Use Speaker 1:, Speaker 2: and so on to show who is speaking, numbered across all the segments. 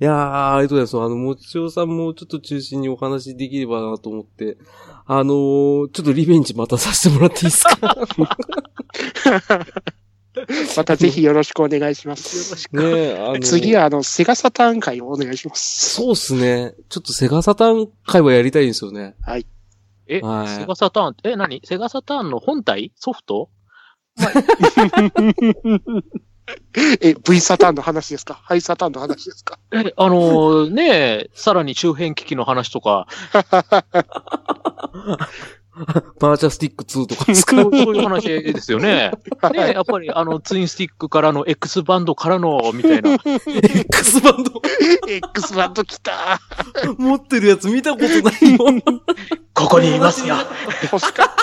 Speaker 1: やー、ありがとうございます。あの、もちおさんもちょっと中心にお話できればなと思って、あのー、ちょっとリベンジまたさせてもらっていいです か
Speaker 2: またぜひよろしくお願いします。
Speaker 3: し
Speaker 1: ねえ、あのー
Speaker 2: 次は、あの、セガサターン会をお願いします。
Speaker 1: そうっすね。ちょっとセガサタン会はやりたいんですよね。
Speaker 3: え、
Speaker 1: はい
Speaker 3: セガサターンって、え、何セガサターンの本体ソフト
Speaker 2: え、V サターンの話ですかハイサターンの話ですか
Speaker 3: え、あの ーねえ、さらに周辺機器の話とか、
Speaker 1: バーチャスティック2とかです
Speaker 3: そ
Speaker 1: か
Speaker 3: うそういう話ですよ ね。ねえ、やっぱりあの、ツインスティックからの X バンドからの、みたい な。
Speaker 1: X バンド
Speaker 2: X バンド来た
Speaker 1: 持ってるやつ見たことないもん。
Speaker 3: ここにいますよ
Speaker 2: 欲しかった。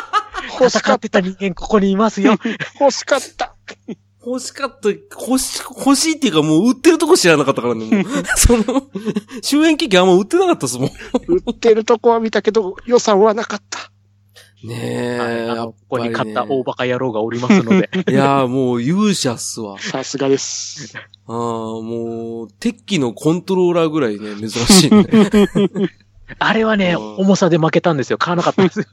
Speaker 2: 欲しかった。
Speaker 3: てた人間こ こにいますよ
Speaker 2: 欲しかった。
Speaker 1: 欲しかった、欲し、欲しいっていうかもう売ってるとこ知らなかったからね、も うその、終焉機器あんま売ってなかったっすもん。
Speaker 2: 売ってるとこは見たけど、予算はなかった。
Speaker 1: ね
Speaker 3: はい
Speaker 1: え。
Speaker 3: あ
Speaker 1: や
Speaker 3: の
Speaker 1: っ
Speaker 3: こ
Speaker 1: ぱ
Speaker 3: こ
Speaker 1: り
Speaker 3: に
Speaker 1: ね
Speaker 3: 買った大バカ野郎がおりますので。
Speaker 1: いやーもう勇者っすわ。
Speaker 2: さすがです。
Speaker 1: ああ、もう、鉄器のコントローラーぐらいね、珍しいね。
Speaker 3: あれはね、
Speaker 1: うん
Speaker 3: 重さで負けたんですよ。買わなかったんですよ。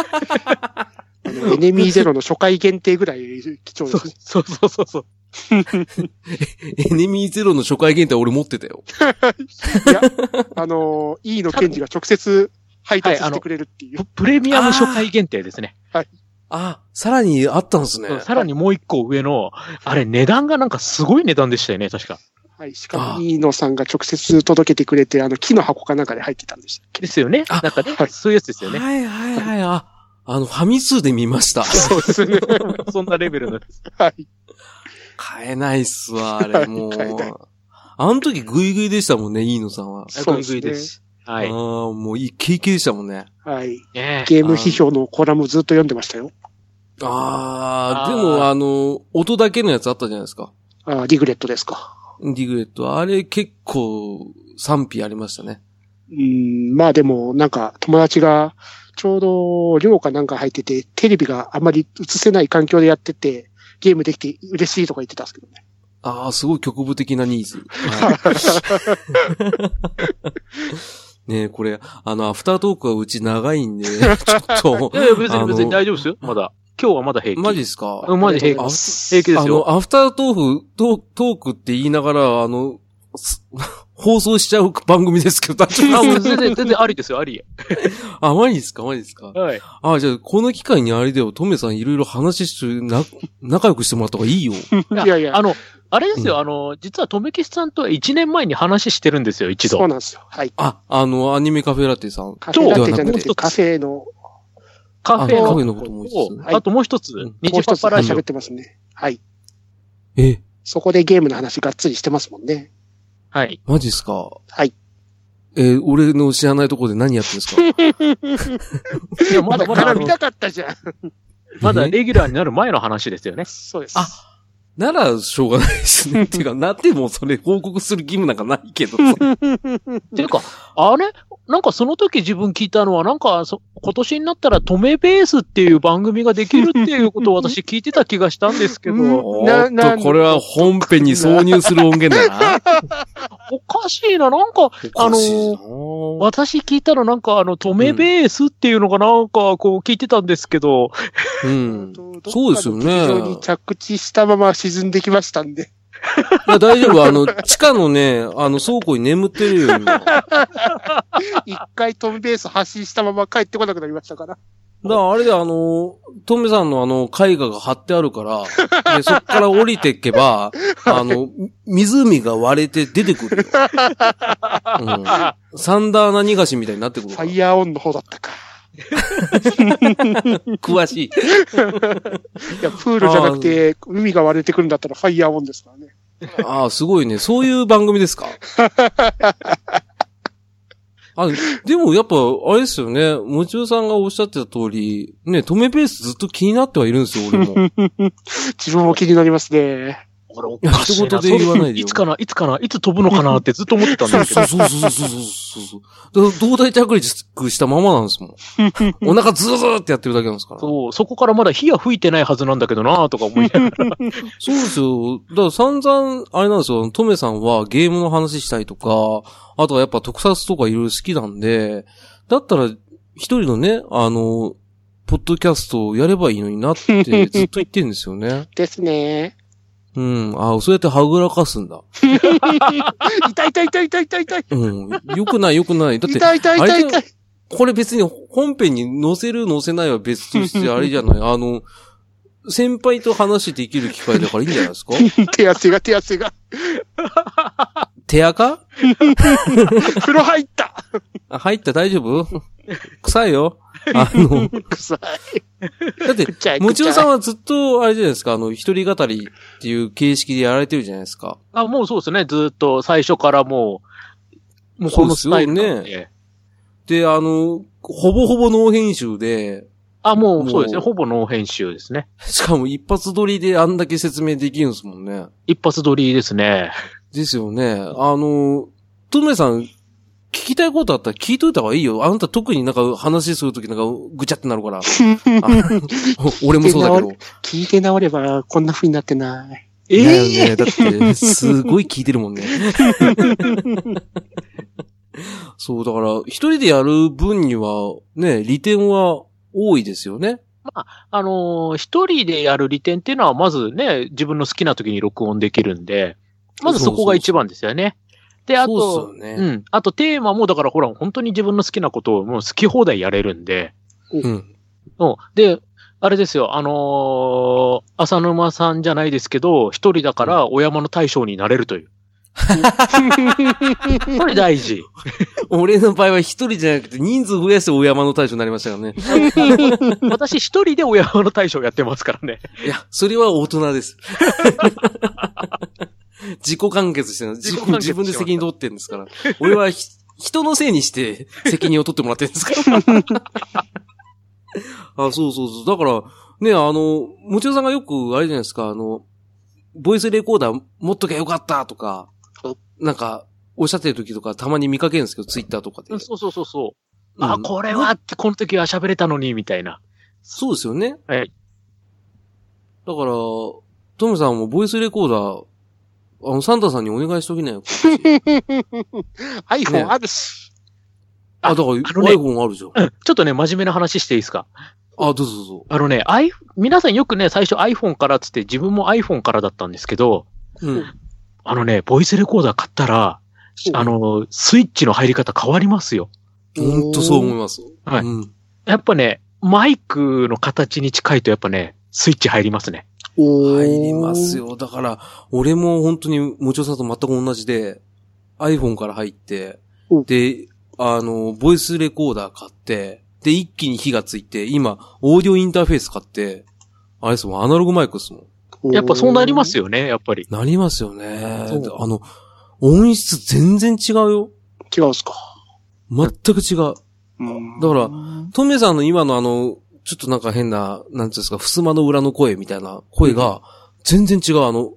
Speaker 2: あのエネミーゼロの初回限定ぐらい貴重
Speaker 3: そ
Speaker 2: です
Speaker 3: う
Speaker 2: ね。
Speaker 3: そうそうそうそう。
Speaker 1: エネミーゼロの初回限定俺持ってたよ。
Speaker 2: いや、あの、E のケンジが直接配達してくれるっていう。
Speaker 3: ププレミアム初回限定ですね。
Speaker 1: あ、さらにあったんですね
Speaker 3: そう。さらにもう一個上の、あれ値段がなんかすごい値段でしたよね、確か。
Speaker 2: はい。しか
Speaker 1: あ
Speaker 2: も、E のさんが直接届けてくれて、あの、木の箱かなんかで入ってたんでしたっけ
Speaker 3: ですよね。
Speaker 1: あ
Speaker 3: なんかね
Speaker 2: は、い
Speaker 3: そういうやつですよね。
Speaker 1: はいはいはい、あ、あの、ファミ通で見ました。
Speaker 2: そうですね。
Speaker 3: そんなレベルの。
Speaker 2: はい。
Speaker 1: 買えないっすわ、 あれ、もう
Speaker 2: 買えない。
Speaker 1: あの時グイグイでしたもんね、飯野さんは。
Speaker 2: そうですね
Speaker 3: グイグイです。は
Speaker 1: あ
Speaker 3: い。
Speaker 1: あ、もうイケイケでしたもんね。
Speaker 2: はい。
Speaker 3: ねえ
Speaker 2: ゲーム批評のコラムずっと読んでましたよ。
Speaker 1: ああ、
Speaker 3: あー
Speaker 1: でもあの、音だけのやつあったじゃないですか。
Speaker 2: あリグレットですか。
Speaker 1: リグレット。あれ結構賛否ありましたね。
Speaker 2: うん、まあでも、なんか、友達が、ちょうど、寮かなんか入ってて、テレビがあまり映せない環境でやってて、ゲームできて嬉しいとか言ってたんですけどね。
Speaker 1: ああ、すごい局部的なニーズ。はい、 ねえ、これ、あの、アフタートークはうち長いんで、ち ょっ
Speaker 3: いやいや、別
Speaker 1: あの
Speaker 3: に別に大丈夫ですよ。まだ。今日はまだ平
Speaker 1: と、
Speaker 3: 気。
Speaker 1: マジですか
Speaker 3: うんマジ平
Speaker 2: あ
Speaker 3: 気
Speaker 2: りがとうございま
Speaker 3: 平気
Speaker 2: す。
Speaker 3: です
Speaker 1: あ
Speaker 3: よ。
Speaker 1: の、アフタートーク、トートークって言いながら、あの、す 放送しちゃう番組ですけど、大丈
Speaker 3: あ、
Speaker 1: 夫
Speaker 3: も
Speaker 1: で す
Speaker 3: う全然、全然ありですよ、あり。
Speaker 1: あ、マジですかマジですか
Speaker 3: はい。
Speaker 1: あ、じゃあ、この機会にあれだよ、トメさんいろいろ話しして、な、仲良くしてもらった方がいいよ。
Speaker 2: いやいや
Speaker 3: あの、あれですよ、あの、実は、とめきしさんと1年前に話してるんですよ、一
Speaker 2: そう
Speaker 3: 度。
Speaker 2: なんですよ。はい。
Speaker 1: あ、あの、アニメカフェラテさん。
Speaker 2: カフェラテじゃなく
Speaker 3: そ
Speaker 2: て、
Speaker 3: う
Speaker 2: カフェの、
Speaker 3: カフェ
Speaker 1: あカ
Speaker 3: の
Speaker 1: フェの
Speaker 3: こ
Speaker 1: ことも
Speaker 3: とを
Speaker 1: 一緒
Speaker 2: はい
Speaker 3: あともう一つ
Speaker 1: うん、
Speaker 3: ニ
Speaker 2: もう
Speaker 3: ジ
Speaker 2: 一
Speaker 3: パ
Speaker 2: つ
Speaker 3: パラジオ
Speaker 2: 喋ってますね。はい。
Speaker 1: え、
Speaker 2: そこでゲームの話がっつりしてますもんね。
Speaker 3: はい。
Speaker 1: マジですか
Speaker 2: はい。
Speaker 1: えー俺の知らないところで何やってるんですか
Speaker 3: いや、ま
Speaker 2: ま
Speaker 3: だ
Speaker 2: だ
Speaker 3: まだ、あ
Speaker 2: 絡
Speaker 3: の
Speaker 2: みたかったじゃん。
Speaker 3: まだ
Speaker 1: え
Speaker 3: レギュラーになる前の話ですよね。
Speaker 2: そうです。
Speaker 1: あなら、しょうがないです ね。っていうか、なってもそれ報告する義務なんかないけどさ。
Speaker 3: っていうか、あれなんかその時自分聞いたのは、なんかそ、今年になったら、とめベースっていう番組ができるっていうことを私聞いてた気がしたんですけ
Speaker 2: うん
Speaker 3: ど、
Speaker 1: おーっと、これは本編に挿入する音源だな。
Speaker 3: おかしいな、なんか、 あのー
Speaker 1: の
Speaker 3: 私聞いたのなんか、あの、止めベースっていうのがなんか、こう聞いてたんですけど、
Speaker 1: うん。
Speaker 2: どっかの
Speaker 1: そうですよね
Speaker 2: 非常に着地したまま沈んできましたんで。
Speaker 1: いや、大丈夫。あの、地下のね、あの、倉庫に眠ってるよ、今。
Speaker 2: 一回トムベース発信したまま帰ってこなくなりましたから。
Speaker 1: だからあれであの、トメさんのあの、絵画が貼ってあるから、でそっから降りていけば、あの、湖が割れて出てくるよ。うん、サンダー何がしみたいになってくる
Speaker 2: フ
Speaker 1: か
Speaker 2: ァ
Speaker 1: ら
Speaker 2: イヤーオンの方だったか。
Speaker 1: 詳しい。
Speaker 2: いや、プールじゃなくて、海が割れてくるんだったらファイヤーオンですからね。
Speaker 1: ああ、すごいね。そういう番組ですか。あでもやっぱ、あれですよね。もちおさんがおっしゃってた通り、 ね、トメペースずっと気になってはいるんですよ、俺も。
Speaker 2: 自分も気になりますね。
Speaker 3: 俺おかしいな。
Speaker 1: 一言で言わないでよ
Speaker 3: いつかないつかないつ飛ぶのかなってずっと思ってたんだけ
Speaker 1: そ
Speaker 3: ど
Speaker 1: う。そうそうそうそうそうそう。だから胴体着陸したままなんですもん。お腹ズーズーってやってるだけなんですから。そう
Speaker 3: そう、そこからまだ火は吹いてないはずなんだけどなとか思いながら。
Speaker 1: ですよ。だから散々、あれなんですよ。トメさんはゲームの話したいとか、あとはやっぱ特撮とかいろいろ好きなんで、だったら一人のね、あの、ポッドキャストをやればいいのになってずっと言ってるんですよね。
Speaker 2: で すね。
Speaker 1: うん。あそうやってはぐらかすんだ。
Speaker 2: 痛い痛い痛い痛い痛い痛い。
Speaker 1: うん。よくないよくない。だって、
Speaker 2: 痛い痛い痛い
Speaker 1: あ
Speaker 2: 痛い。
Speaker 1: これ別に本編に載せる載せないは別としてあれじゃない。あの、先輩と話できる機会だからいいんじゃない ですか
Speaker 2: 手汗が手汗が。
Speaker 1: 手垢
Speaker 2: 風呂入った。
Speaker 1: あ入った大丈夫 臭いよ。あの、
Speaker 2: 臭い。
Speaker 1: だって
Speaker 2: く、ちゃい
Speaker 1: もちろんさん
Speaker 2: ん。
Speaker 1: はずっと、あれじゃないですか、あの、一人語りっていう形式でやられてるじゃないですか。
Speaker 3: あ、もうそうですね。ずっと最初からもう、もう
Speaker 1: そ
Speaker 3: こ
Speaker 1: うで
Speaker 3: の
Speaker 1: す
Speaker 3: ス
Speaker 1: よ
Speaker 3: タ
Speaker 1: ね
Speaker 3: イルなんで。
Speaker 1: で、あの、ほぼほぼノー編集で、
Speaker 3: あ、もうそうですね。
Speaker 1: もう
Speaker 3: ほぼノー編集ですね。
Speaker 1: しかも一発撮りであんだけ説明できるんですもんね。
Speaker 3: 一発撮りですね。
Speaker 1: ですよね。あの、トメさん、聞きたいことあったら聞いといた方がいいよ。あなた特になんか話するときなんかぐちゃってなるから。あお俺もそうだけど。
Speaker 2: 聞いて治ればこんな風になってない。
Speaker 1: だよ ね。だって、すごい聞いてる もんね。そう、だから、一人でやる分には、ね、利点は多いですよね。
Speaker 3: あのー一人でやる利点っていうのは、まずね、自分の好きな時に録音できるんで、まずそこが一番ですよね。で、あ
Speaker 1: そ
Speaker 3: と
Speaker 1: う、ですよ
Speaker 3: う
Speaker 1: ね。
Speaker 3: ん。あとテーマも、だからほら、本当に自分の好きなことをもう好き放題やれるんで、
Speaker 1: うん。
Speaker 3: うん。で、あれですよ、あのー浅沼さんじゃないですけど、一人だからお山の大将になれるという。これ大事。
Speaker 1: 俺の場合は一人じゃなくて人数増やして大山の大将になりましたからね。
Speaker 3: 私一人でお山の大将やってますからね。
Speaker 1: いや、それは大人です。 自己完結してる自
Speaker 3: 自己完
Speaker 1: 分
Speaker 3: 結
Speaker 1: 自分で責任取ってるんですから。俺はひ人のせいにして責任を取ってもらってるんですから。 あそうそうそう。だから、ね、あの、もちろさんがよく、あれじゃないですか、あの、ボイスレコーダー持っときゃよかったとか、なんか、おっしゃってる時とかたまに見かけるんですけど、ツイッターとかで。
Speaker 3: そうそうそうそ
Speaker 1: う
Speaker 3: う。あ、
Speaker 1: ん
Speaker 3: これはって、この時は喋れたのに、みたいな。
Speaker 1: そうですよね。
Speaker 3: はい。
Speaker 1: だから、トムさんもボイスレコーダー、あの、サンタさんにお願いしときなよ。ね
Speaker 2: iPhone あるし。
Speaker 1: あ、だから、
Speaker 3: のね
Speaker 1: iPhone あるじゃん。
Speaker 3: うんちょっとね、真面目な話していいですか。
Speaker 1: あ、どうぞどうぞ。
Speaker 3: あのね、i 皆さんよくね、最初 iPhone からっつって、自分も iPhone からだったんですけど、
Speaker 1: うん。
Speaker 3: あのね、ボイスレコーダー買ったら、
Speaker 2: うん
Speaker 3: あの、スイッチの入り方変わりますよ。
Speaker 1: ほんとそう思います。
Speaker 3: はい
Speaker 1: うん。
Speaker 3: やっぱね、マイクの形に近いとやっぱね、スイッチ入りますね。
Speaker 2: おー
Speaker 1: 入ります。よ。だから、俺も本当に、もちろさんと全く同じで、iPhone から入って
Speaker 2: うん、
Speaker 1: で、あの、ボイスレコーダー買って、で、一気に火がついて、今、オーディオインターフェース買って、あれですもん、アナログマイクですもん。
Speaker 3: やっぱそうなります
Speaker 2: よ。
Speaker 3: よね、やっぱり。
Speaker 1: なりますよね。
Speaker 2: そう
Speaker 1: あの、音質全然違うよ。
Speaker 2: 違うんすか。
Speaker 1: 全く違う。だからトメさんの今のあの、ちょっとなんか変な、なんていうんですか、襖の裏の声みたいな声が、全然違う。あの、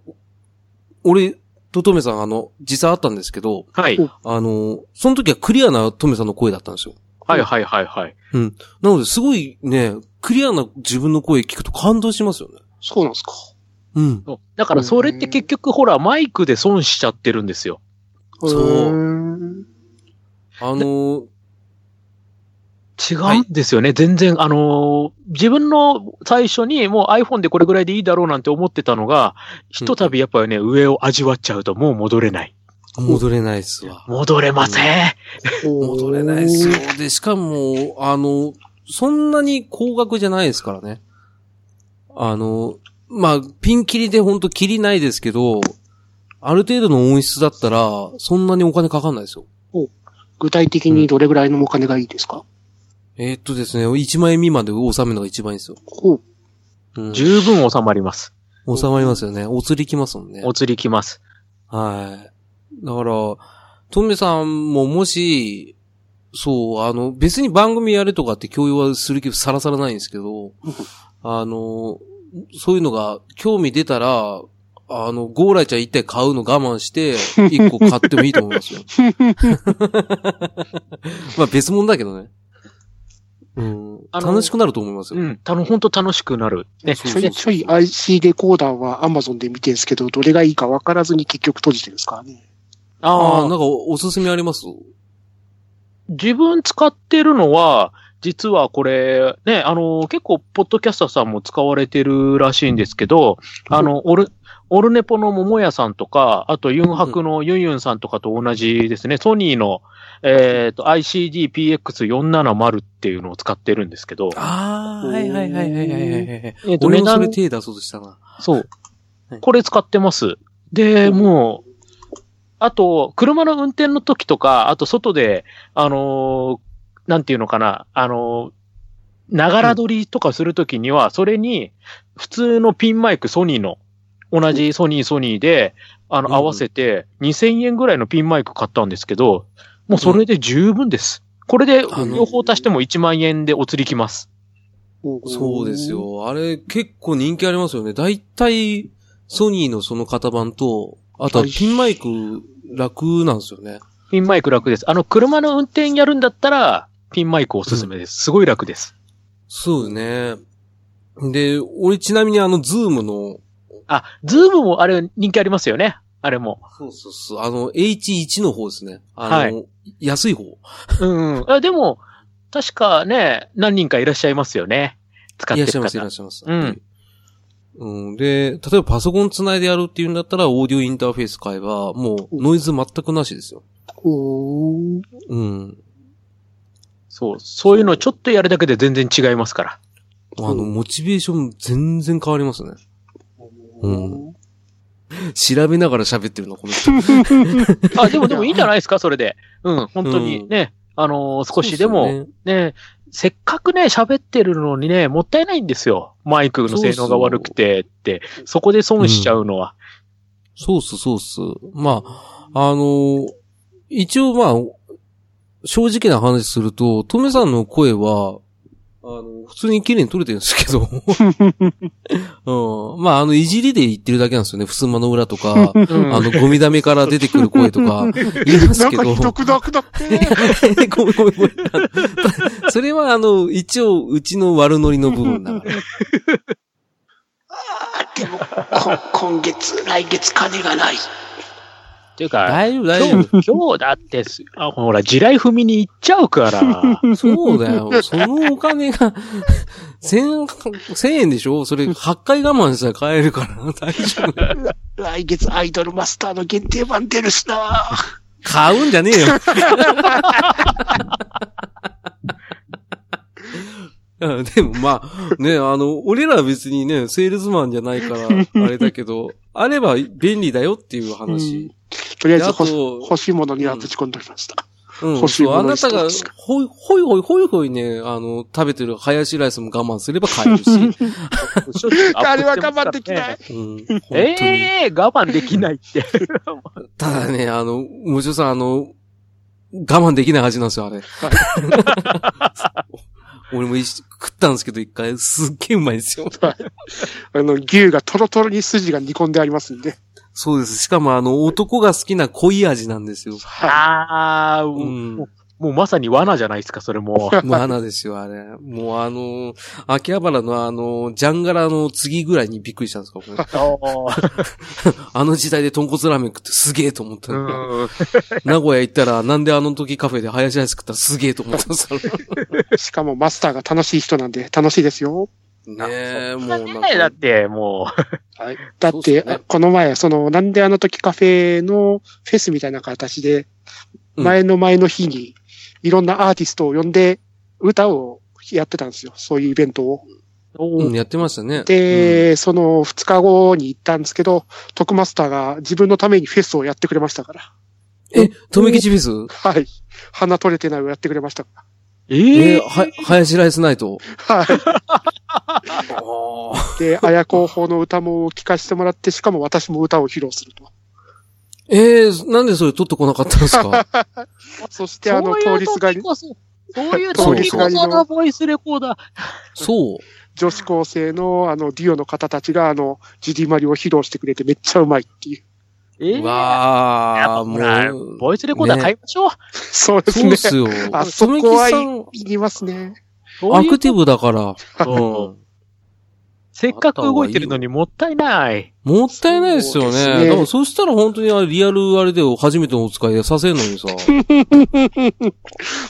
Speaker 1: 俺とトメさん、あの、実際あったんですけど、
Speaker 3: はい。
Speaker 2: うん
Speaker 1: あの、その時はクリアなトメさんの声だったんですよ。
Speaker 3: はいはいはいはい。
Speaker 1: なので、すごいね、クリアな自分の声聞くと感動しますよね。
Speaker 2: そうなんすか。
Speaker 1: うん。
Speaker 3: そうだからそれって結局ほら、マイクで損しちゃってるんですよ。
Speaker 1: そう
Speaker 2: う。
Speaker 1: あの、
Speaker 3: 違うんですよね。全然、あのー自分の最初にもう iPhone でこれぐらいでいいだろうなんて思ってたのが、ひとたびやっぱりね、上を味わっちゃうともう戻れない。
Speaker 1: 戻れないっすわ。
Speaker 3: 戻れません。
Speaker 1: 戻れないですよ。で、しかも、あの、そんなに高額じゃないですからね。あの、まあ、ピンキリでほんとキリないですけど、ある程度の音質だったら、そんなにお金かかんないですよ。
Speaker 2: 具体的にどれぐらいのお金がいいですか、
Speaker 1: えーっとですね、1万円未満で収めるのが一番いいですよ。
Speaker 2: ほう
Speaker 1: うん、収
Speaker 3: 十分収まります。
Speaker 1: まりますよね。お釣りきますもんね。
Speaker 3: お釣りきます。
Speaker 1: はい。だから、トメさんももし、そう、あの、別に番組やれとかって強要はする気さらさらないんですけど、あの、そういうのが興味出たら、ああの、ゴーライちゃん一体買うの我慢して、一個買ってもいいと思い ますよ。まあ別物だけどね。うん。
Speaker 3: あの
Speaker 1: 楽しくなると思いますよ。
Speaker 3: うん。たの、本当楽しくなる。ね。
Speaker 1: そう
Speaker 2: ちょいちょい IC レコーダーは Amazon で見てるんですけど、どれがいいか分からずに結局閉じてるんですからね。
Speaker 1: ああ、な
Speaker 3: ああ、
Speaker 1: んかおおすすめあります
Speaker 3: 自分使ってるのは、実はこれ、ね、あの、結構、ポッドキャスターさんも使われてるらしいんですけど、あの、オル、オルネポの桃屋さんとか、あとユンハクのユンユンさんとかと同じですね、ソニーの、えっ、と、ICD-PX470 っていうのを使ってるんですけど、
Speaker 1: あ
Speaker 2: あはいはいはいはいはいはい
Speaker 1: い。
Speaker 3: えっと
Speaker 1: 俺
Speaker 3: 値
Speaker 1: もそれ
Speaker 3: 段、
Speaker 1: 手出そうとしたな。
Speaker 3: そう
Speaker 1: はい。
Speaker 3: これ使ってます。で、もう、あと、車の運転の時とか、あと外で、あのーなんていうのかな、あのーながら撮りとかするときには、それに、普通のピンマイク、ソニーの、同じソニー、ソニーで、あ
Speaker 1: うん
Speaker 3: の、合わせて、2000円ぐらいのピンマイク買ったんですけど、もうそれで十分です。これで、
Speaker 1: あの
Speaker 3: 両方足しても1万円でお釣りきます。
Speaker 1: そうです。よ。あれ結構人気ありますよね。だいたいソニーのその型番と、あとはピンマイク楽なんですよね。
Speaker 3: ピンマイク楽です。あの、車の運転やるんだったら、ピンマイクおすすめです。すごい楽です。
Speaker 1: そうね。で、俺ちなみにあのズームの、
Speaker 3: あ、ズームもあれ人気ありますよね。あれも。
Speaker 1: そうそうそう、あの H1 の方ですね。あの、
Speaker 3: は
Speaker 1: 安い方。
Speaker 3: うん、うん。あでも、確かね、何人かいらっしゃいますよね。使っ
Speaker 1: いら
Speaker 3: て
Speaker 1: っしゃい
Speaker 3: る
Speaker 1: ます、いら
Speaker 3: 方
Speaker 1: っ。しゃいます。
Speaker 3: うん
Speaker 1: うん。で、例えばパソコン繋いでやるっていうんだったら、オーディオインターフェース買えば、もうノイズ全くなしですよ。
Speaker 2: おー
Speaker 1: うん。
Speaker 3: そう。そういうのちょっとやるだけで全然違いますから。
Speaker 1: あの、モチベーション全然変わりますね。うん調べながら喋ってるの、この人。
Speaker 3: あ、でもでもいいんじゃないですか、それで。うん、本当にね。あの ー少しでも
Speaker 1: そうっ
Speaker 3: ね、せっかくね、喋ってるのにね、もったいないんですよ。マイクの性能が悪くてって、そこで損しちゃうのは。
Speaker 1: そうっす、そうっす。まあ、あのー一応まあ、正直な話すると、トメさんの声は、あの、普通に綺麗に撮れてるんですけ ど、うん、まあ、あの、いじりで言ってるだけなんですよね。ふすまの裏とか、あ
Speaker 3: うん
Speaker 1: の、ゴミダメから出てくる声と か、言います
Speaker 2: なん
Speaker 1: け
Speaker 2: か
Speaker 1: ど
Speaker 2: ひ。どくなくな って。
Speaker 1: ごめんごめんごめん。 それは、あの、一応、うちの悪ノリの部分だから。
Speaker 2: でも、今月、来月金がない。
Speaker 3: っていうか、
Speaker 1: 大丈夫、大丈
Speaker 3: 今日、今日だってす、あ、ほら、地雷踏みに行っちゃうから。
Speaker 1: 夫。そうだよ。 そのお金が、千、千円でしょそれ、8回我慢したら買えるから、大丈夫。
Speaker 2: 来月アイドルマスターの限定版出るしな
Speaker 1: 買うんじゃねえよ。 うんでもまあ、ね、あの、俺らは別にね、セールスマンじゃないから、あれだけど、あれば便利だよっていう話。
Speaker 2: とりあえ
Speaker 1: で
Speaker 2: ず
Speaker 1: あ
Speaker 2: 欲し
Speaker 1: と
Speaker 2: 欲しいものにはぶち込んでおりました。
Speaker 1: うん、
Speaker 2: 欲し
Speaker 1: そ
Speaker 2: いも
Speaker 1: う、
Speaker 2: の
Speaker 1: あなたが
Speaker 2: 一つ、
Speaker 1: ほい、ほいほい、ほいほいね、あの、食べてるハヤシライスも我慢すれば買 えるし。
Speaker 2: あれは我慢できない。。
Speaker 1: うん、本当に。
Speaker 3: ええー、我慢できないって。
Speaker 1: ただね、あの、もちろさん、あの、我慢できない味なんですよ、あれ。 俺も一食ったんですけど、一回、すっげえうまいんですよ。
Speaker 2: あの、牛がトロトロに筋が煮込んでありますんで。
Speaker 1: そうです。しかも、あの、男が好きな濃い味なんですよ。
Speaker 2: は
Speaker 3: ああ、
Speaker 1: う
Speaker 3: も
Speaker 1: ん。
Speaker 3: うまさに罠じゃないですか、それも。
Speaker 1: まあ、花ですよ、あれ。もう、あの、秋葉原のあの、ジャンガラの次ぐらいにびっくりしたんですか、僕あの時代で豚骨ラーメン食ってすげえと思った
Speaker 3: う
Speaker 1: の
Speaker 3: ん
Speaker 1: 名古屋行ったら、なんであの時カフェで林ライス食ったらすげえと思ったん ですか
Speaker 2: い。しかもマスターが楽しい人なんで楽しいですよ。
Speaker 1: ねえ、もうなん
Speaker 3: ねえだ
Speaker 1: か
Speaker 3: っ。て、も
Speaker 2: はい。だ
Speaker 1: そう
Speaker 2: っ
Speaker 1: っす
Speaker 2: て、
Speaker 1: よね
Speaker 2: この前、その、なんであの時カフェのフェスみたいな形で、
Speaker 1: うん
Speaker 2: 前の前の日に、いろんなアーティストを呼んで、歌をやってたんですよ。そういうイベントを。
Speaker 3: う、お
Speaker 1: う
Speaker 3: ー
Speaker 1: ん、やってましたね。
Speaker 2: で、その2日後に行ったんですけど、徳マスターが自分のためにフェスをやってくれましたから。
Speaker 1: うん、え、とめきちフェス
Speaker 2: はい。鼻取れてないをやってくれましたか
Speaker 3: え
Speaker 1: え
Speaker 3: え
Speaker 1: ー、は、林ライスナイト。
Speaker 2: ら。はい。 で、綾候補の歌も聞かせてもらって、しかも私も歌を披露すると。
Speaker 1: えー、なんでそれ取ってこなかったんです か
Speaker 2: そして、あの、通りすがり
Speaker 3: そういう時こそ、そういう
Speaker 1: 通り
Speaker 3: 時
Speaker 1: す
Speaker 2: が
Speaker 3: こ
Speaker 2: りの
Speaker 3: そのボイスレコーダー。
Speaker 1: そう。
Speaker 2: 女子高生の、あの、ディオの方たちが、あの、ジディマリを披露してくれてめっちゃうまいっていう。
Speaker 3: ええやっ
Speaker 1: わ
Speaker 3: ぱ
Speaker 1: あ、も
Speaker 3: ほら
Speaker 1: う。
Speaker 3: ボイスレコーダー買いましょう。
Speaker 2: そうで
Speaker 1: そう
Speaker 2: す
Speaker 1: っ
Speaker 2: ね。
Speaker 1: すよ。
Speaker 2: あそこは
Speaker 1: 富木
Speaker 2: いりますね。
Speaker 1: さん、
Speaker 3: そう
Speaker 1: ア
Speaker 3: いう
Speaker 1: クティブだから。うん
Speaker 3: そ。せっかく動いてるのにもったいない。
Speaker 1: もったいないですよ
Speaker 2: そうです
Speaker 1: ね。
Speaker 2: ね
Speaker 1: でもそしたら本当にあれリアルあれで初めてのお使いでさせるのにさ。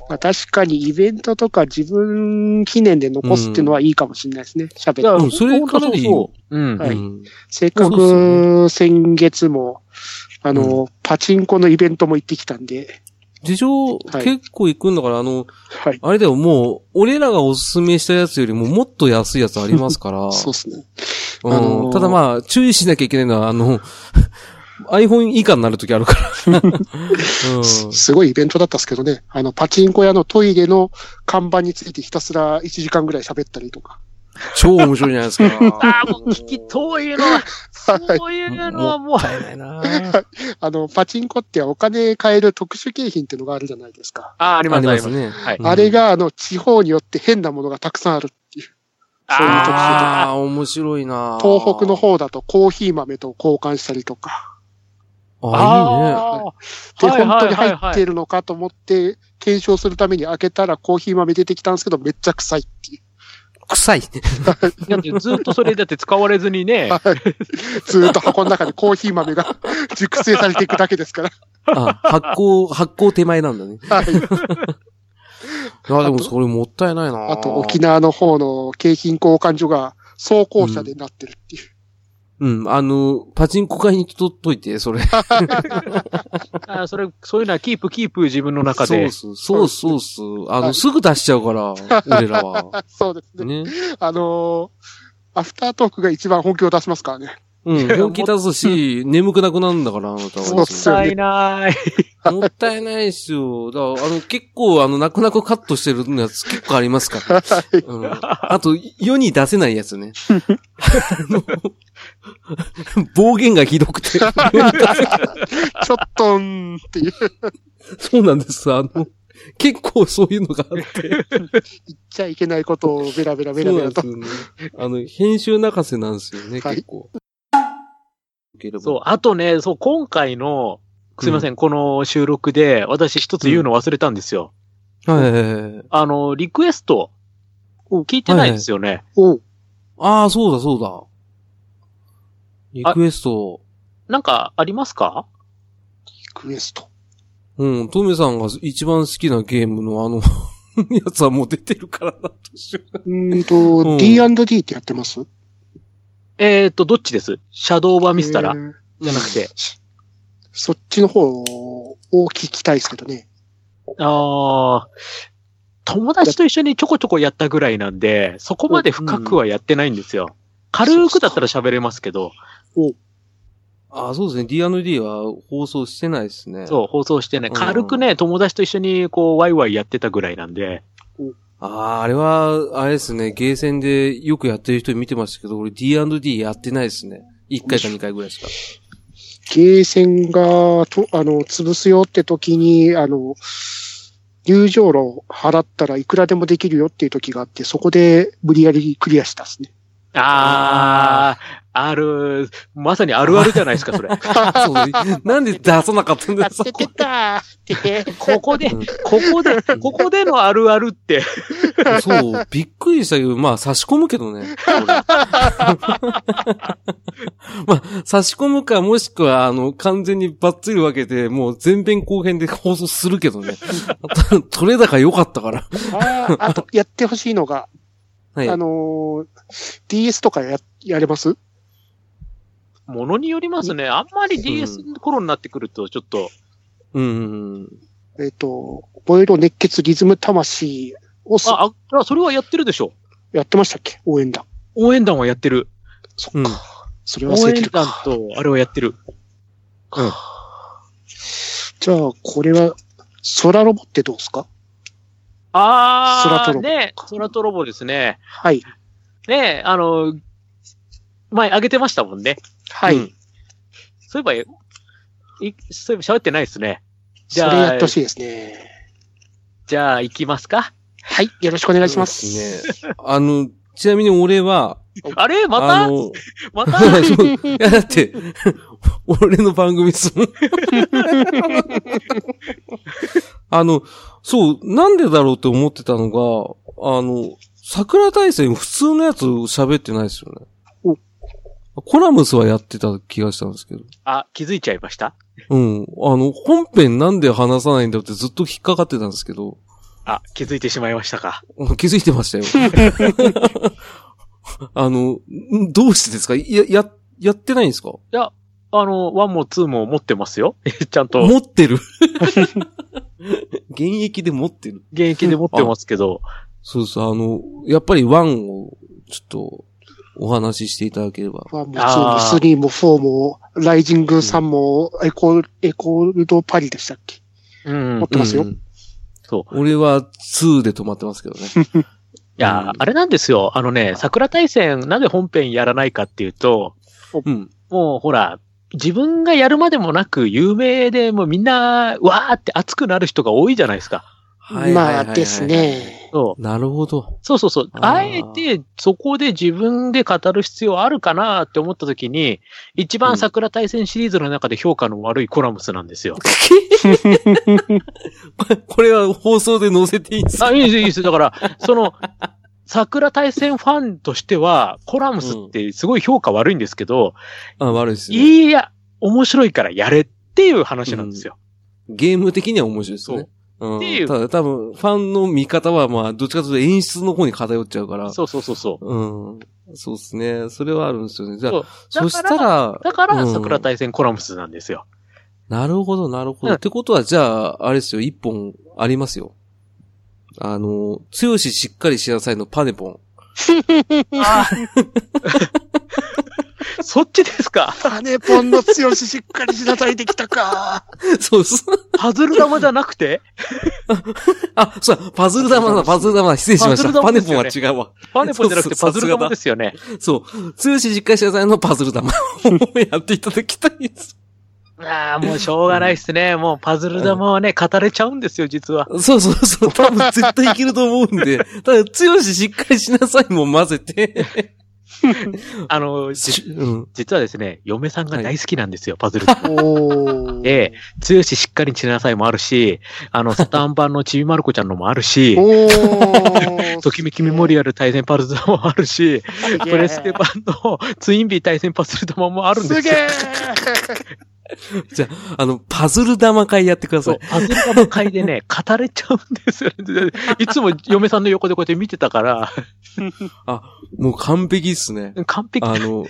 Speaker 2: まあ確かにイベントとか自分記念で残すっていうのはいいかもしれないですね。喋、
Speaker 1: う
Speaker 2: って。
Speaker 1: んそれかなりいいよ
Speaker 3: そうそううん
Speaker 2: は。い
Speaker 1: うん
Speaker 2: せっか
Speaker 1: そう
Speaker 2: く先月も、あの、パチンコのイベントも行ってきたんで、
Speaker 1: でしょ
Speaker 2: はい
Speaker 1: 結構行くんだから、あの、
Speaker 2: はい。
Speaker 1: あれだよ、もう、俺らがおすすめしたやつよりももっと安いやつありますから。
Speaker 2: そうですね。
Speaker 1: うん
Speaker 2: あのー
Speaker 1: ただまあ、注意しなきゃいけないのは、あの、iPhone 以下になるときあるから。うん
Speaker 2: すすごいイベントだったんですけどね。あの、パチンコ屋のトイレの看板についてひたすら1時間ぐらい喋ったりとか。
Speaker 1: 超面白いじゃないですか。
Speaker 3: ああ、もう聞き、そういうのは、そういうのはもう、
Speaker 1: あ
Speaker 2: あの、パチンコってお金買える特殊景品っていうのがあるじゃないですか。
Speaker 3: ああ、あります、あります。
Speaker 1: ね。
Speaker 3: はい
Speaker 1: うん
Speaker 2: あれが、あの、地方によって変なものがたくさんあるっていう。そういう特集とか
Speaker 1: あ
Speaker 3: あ
Speaker 1: あ、面白いな
Speaker 2: 東北の。方だとコーヒー豆と交換したりとか。
Speaker 1: あ
Speaker 2: で、
Speaker 3: あはいはい
Speaker 2: 本当に
Speaker 3: はいはい
Speaker 2: 入っているのかと思って、検証するために開けたらコーヒー豆出てきたんですけど、めっちゃ臭いっていう。
Speaker 1: あ、臭い。
Speaker 3: ーだってずっとそれだって使われずにね、
Speaker 2: ずーっと箱の中でコーヒー豆が 熟成されていくだけですから。
Speaker 1: あ、発酵、発酵手前なんだね。
Speaker 2: はい。
Speaker 1: ああ、でもそれもったいないな
Speaker 2: あと、沖縄の方の景品交換所が装甲車でなってるっていう。
Speaker 1: うん、あの、パチンコ買いにとっといて、それ。
Speaker 3: あーそれ、そういうのはキープキープ自分の中
Speaker 1: そう
Speaker 3: で
Speaker 1: っ。す、そうっす、そうっす。あ
Speaker 2: は
Speaker 1: の、
Speaker 2: い
Speaker 1: すぐ出しちゃう から、俺らは。
Speaker 2: あそうですね。
Speaker 1: ね。
Speaker 2: あのーアフタートークが一番本気を出しますからね。
Speaker 1: うん、病気出すし、眠くなくなるんだから、あなたは。
Speaker 2: そうっ
Speaker 3: もっ
Speaker 2: す
Speaker 3: たいない。
Speaker 1: もったいないっすよ。だから、あの、結構、あの、泣く泣くカットしてるやつ結構ありますから。うん。あと、世に出せないやつね。 あの暴言がひどくて。
Speaker 2: ちょっとんーっていう。
Speaker 1: そうなんです。あの、結構そういうのがあ って。
Speaker 2: 言っちゃいけないことをベラベラベ
Speaker 1: そ
Speaker 2: ラ
Speaker 1: う
Speaker 2: ベ
Speaker 1: なん
Speaker 2: ラ
Speaker 1: で
Speaker 2: と
Speaker 1: す。よね。あの、編集泣かせなんですよね、
Speaker 2: はい
Speaker 1: 結構。受ければ
Speaker 3: そう、あとね、そう、今回の、すいません、この収録で、私一つ言うの忘れたんですよ。
Speaker 1: はいはいはいはい。
Speaker 3: あの、リクエスト、聞いてないですよね。
Speaker 2: おう
Speaker 1: ああ、そうだそうだ。リクエスト。
Speaker 3: なんか、ありますか
Speaker 2: リクエスト。
Speaker 1: うん、トメさんが一番好きなゲームのあ の、やつはもう出てるからな、としよう
Speaker 2: うーんと、
Speaker 1: うん
Speaker 2: D&D ってやってます
Speaker 3: えっと、どっちですシャドーバーミスタラ
Speaker 2: えー
Speaker 3: じゃなくて。
Speaker 2: そっちの方を聞きたいですけどね。
Speaker 3: ああ、友達と一緒にちょこちょこやったぐらいなんで、そこまで深くはやってないんですよ。軽くだったら喋れますけど、
Speaker 1: ああ、そうですね。D&D は放送してないですね。う。
Speaker 3: そう、放送してね、
Speaker 1: うん
Speaker 3: 軽くね、友達と一緒にこう、ワイワイやってたぐらいなんで、
Speaker 1: ああ、あれは、あれですね。ゲーセンでよくやってる人見てましたけど、俺 D&D やってないですね。1回か2回ぐらいしか。
Speaker 2: ゲーセンが、と、あの、潰すよって時に、あの、入場料払ったらいくらでもできるよっていう時があって、そこで無理やりクリアしたですね。
Speaker 3: ああ、ある、まさにあるあるじゃないですか、それ。
Speaker 1: そうなんで出さなかったんだよ、そこ。
Speaker 2: たって。
Speaker 3: ここで、
Speaker 1: う
Speaker 3: こ
Speaker 1: ん
Speaker 3: こで、ここでのあるあるって、
Speaker 1: そう、びっくりしたけど、まあ差し込むけどね。 俺まあ差し込むか、もしくは、あの、完全にバッツリ分けて、もう前編後編で放送するけどね。 取れ高良かったから。
Speaker 2: ああと、 やってほしいのが、
Speaker 1: はい。
Speaker 2: あのー DS とかや、やれます
Speaker 3: ものによりますね。あんまり DS の頃になってくると、ちょっと、
Speaker 1: うんうんうん。
Speaker 2: えっ、と、ボイロ熱血リズム魂をす
Speaker 3: あ、ああ、それはやってるでしょ。
Speaker 2: やってましたっけ応援団。
Speaker 3: 応援団はやってる。
Speaker 2: そっか。
Speaker 1: うん
Speaker 2: それ忘
Speaker 3: 応
Speaker 2: れて
Speaker 3: 援
Speaker 2: る
Speaker 3: 団
Speaker 2: か。
Speaker 3: と、あれをやってる。
Speaker 2: じゃあ、これは、空ロボってどうですか
Speaker 3: あ
Speaker 2: 空
Speaker 3: あ、
Speaker 2: とロボ
Speaker 3: ね、空とロボですね。
Speaker 2: はい。
Speaker 3: ね、あの、前あげてましたもんね。
Speaker 2: はい。
Speaker 1: うん
Speaker 3: そういえば、いそういえば喋ってないですね。じ
Speaker 2: そ
Speaker 3: ゃあ
Speaker 2: れやってほしいですね。
Speaker 3: じゃあ、行きますか。
Speaker 2: はい。よろしくお願いします。
Speaker 1: そうですね。あの、ちなみに俺は、
Speaker 3: あれま
Speaker 1: あ
Speaker 3: た
Speaker 1: の、
Speaker 3: ま た
Speaker 1: そういや、だって、俺の番組ですもん。あの、そう、なんでだろうって思ってたのが、あの、桜大戦普通のやつ喋ってないですよね。コラムスはやってた気がしたんですけど。
Speaker 3: あ、気づいちゃいました
Speaker 1: うん。あの、本編なんで話さないんだろうってずっと引っかかってたんですけど、
Speaker 3: あ、気づいてしまいましたか。
Speaker 1: うん気づいてましたよ。あの、んどうしてですかや、や、やってないんですか
Speaker 3: あの、ワンもツーも持ってますよ。 ちゃんと、
Speaker 1: 持ってる。現役で持ってる。
Speaker 3: 現役で持ってますけど、
Speaker 1: そうそう、あの、やっぱりワンを、ちょっと、お話ししていただければ。
Speaker 2: ワンもツーも
Speaker 3: あー
Speaker 2: スリーもフォーも、ライジング3も、エコール、エコールドパリでしたっけ
Speaker 3: うん。い
Speaker 2: 持ってますよ
Speaker 1: ん
Speaker 3: そ
Speaker 1: 俺は2で止まってますけどね。
Speaker 3: や、あれなんですよ。あのね、桜大戦、なぜ本編やらないかっていうと、
Speaker 1: うん。
Speaker 3: もうほら、自分がやるまでもなく、有名で、もうみんな、わーって熱くなる人が多いじゃないですか。
Speaker 1: はいはいはい
Speaker 2: ま
Speaker 1: はい
Speaker 2: あです。ね。
Speaker 3: そう。
Speaker 1: なるほど。
Speaker 3: そうそうそう。
Speaker 1: あー
Speaker 3: あえて、そこで自分で語る必要あるかなって思った時に、一
Speaker 1: うん
Speaker 3: 番桜大戦シリーズの中で評価の悪いコラムスなんで すよ。
Speaker 1: これは放送で載せていいんですか
Speaker 3: あ、いいです、いいです。だから、その、桜大戦ファンとしては、コラムスってすごい評価悪いんですけど、
Speaker 1: あ、悪いですね。
Speaker 3: いや、面白いからやれっていう話なんですよ。
Speaker 1: ゲーム的には面白いですね。うん
Speaker 3: っていう
Speaker 1: ただ多分、ファンの見方は、まあ、どっちかというと演出の方に偏っちゃうから。
Speaker 3: そうそうそうそう。
Speaker 1: うん。そうですね。それはあるんですよね。じゃ
Speaker 3: そ
Speaker 1: あ
Speaker 3: う、
Speaker 1: そ
Speaker 3: だから
Speaker 1: したら、
Speaker 3: だか
Speaker 1: う
Speaker 3: ら、
Speaker 1: ん
Speaker 3: 桜大戦コラムスなんですよ。
Speaker 1: なるほど、なるほど。
Speaker 3: うん
Speaker 1: ってことは、じゃあ、あれですよ、一本ありますよ。あの、強ししっかりしなさいのパネポン。
Speaker 3: あーそっちですか。
Speaker 2: パネポンの強ししっかりしなさいできたか。
Speaker 1: そうっす。
Speaker 3: パズル玉じゃなくて
Speaker 1: あ、そうだ、パズル玉だ、パズル玉だ、失礼しました。パ
Speaker 3: パズ
Speaker 1: ネ
Speaker 3: ル
Speaker 1: ポンは
Speaker 3: 玉です
Speaker 1: 違うわ。
Speaker 3: パネポンじゃなくてパズル玉ですよね。
Speaker 1: そう、強ししっかりしなさいのパズル 玉をやっていただきたいです。
Speaker 3: ああ、もうしょうがないですね。もうパズル玉はね、語れちゃうんですよ、実は。
Speaker 1: そうそうそう、多分絶対いけると思うんで、ただ、強ししっかりしなさいも混ぜて、
Speaker 3: あの、じ
Speaker 1: し うん。
Speaker 3: 実はですね、嫁さんが大好きなんですよ、パズル玉。
Speaker 2: おー。
Speaker 3: ええ、強ししっかりしなさいもあるし、あの、スタン版のちびまる子ちゃんのもあるし、
Speaker 2: おー。
Speaker 3: ときめきメモリアル対戦パズル玉もあるし、プレステ版のツインビー対戦パズル玉もあ
Speaker 2: あ
Speaker 3: るんです
Speaker 2: げ
Speaker 3: よ。
Speaker 2: え
Speaker 1: あの、パズル玉会やってくだ
Speaker 3: そ
Speaker 1: さ
Speaker 3: う
Speaker 1: い。、
Speaker 3: パズル玉会でね、語れちゃうんですよね。いつも嫁さんの横でこうやって見てたから、
Speaker 1: もう完璧っすね。
Speaker 3: 完璧
Speaker 1: あの、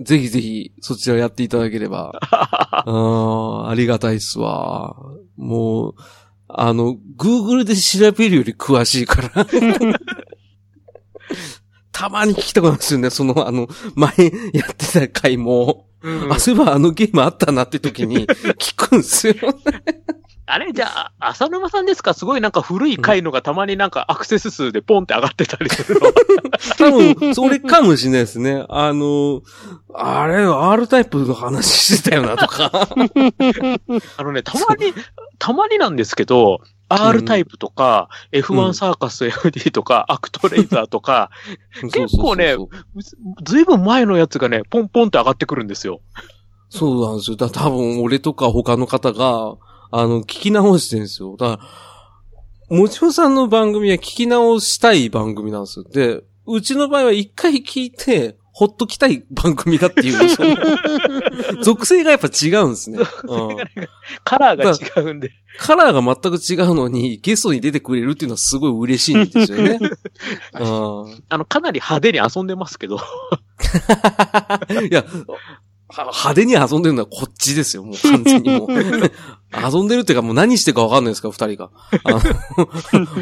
Speaker 1: ぜひぜひ、そちらやっていただけれ ば。あーありがたいっすわ。もう、あの、Google で調べるより詳しい から。たまに聞きたくなるんですよね。その、あの、前やってた回も、
Speaker 3: うん
Speaker 1: あ、そういえばあのゲームあったなって時 に聞くんですよ。
Speaker 3: あれじゃあ、浅沼さんですかすごいなんか古い回のがたまになんかアクセス数でポンって上がってたりす るの。
Speaker 1: 多分、それかもしれないですね。あの、あれ、R タイプの話してたよなとか。
Speaker 3: あのね、た まに、たまになんですけど、R タイプとか、
Speaker 1: うん
Speaker 3: F1 サーカス FD とか、アクトレイザーとか、結構ね
Speaker 1: そうそうそう
Speaker 3: ずずいぶん前のやつがね、ポンポンって上がってくるんですよ。
Speaker 1: そうなんですよ。だ多分俺とか他の方が、あの、聞き直してるんですよ。だから、もちろさんの番組は聞き直したい番組なんですよ。で、うちの場合は一回聞いて、ほっときたい番組だっていう、その属性がやっぱ違うんですね。うん
Speaker 3: カラーが違うんで。
Speaker 1: カラーが全く違うのに、ゲストに出てくれるっていうのはすごい嬉しいんですよね。うん
Speaker 3: あの、かなり派手に遊んでますけど。
Speaker 1: いや、は派手に遊んでるのはこっちですよ、もう完全 にもう。遊んでるっていうか、もう何してるかわかんないですから、二人が。あ の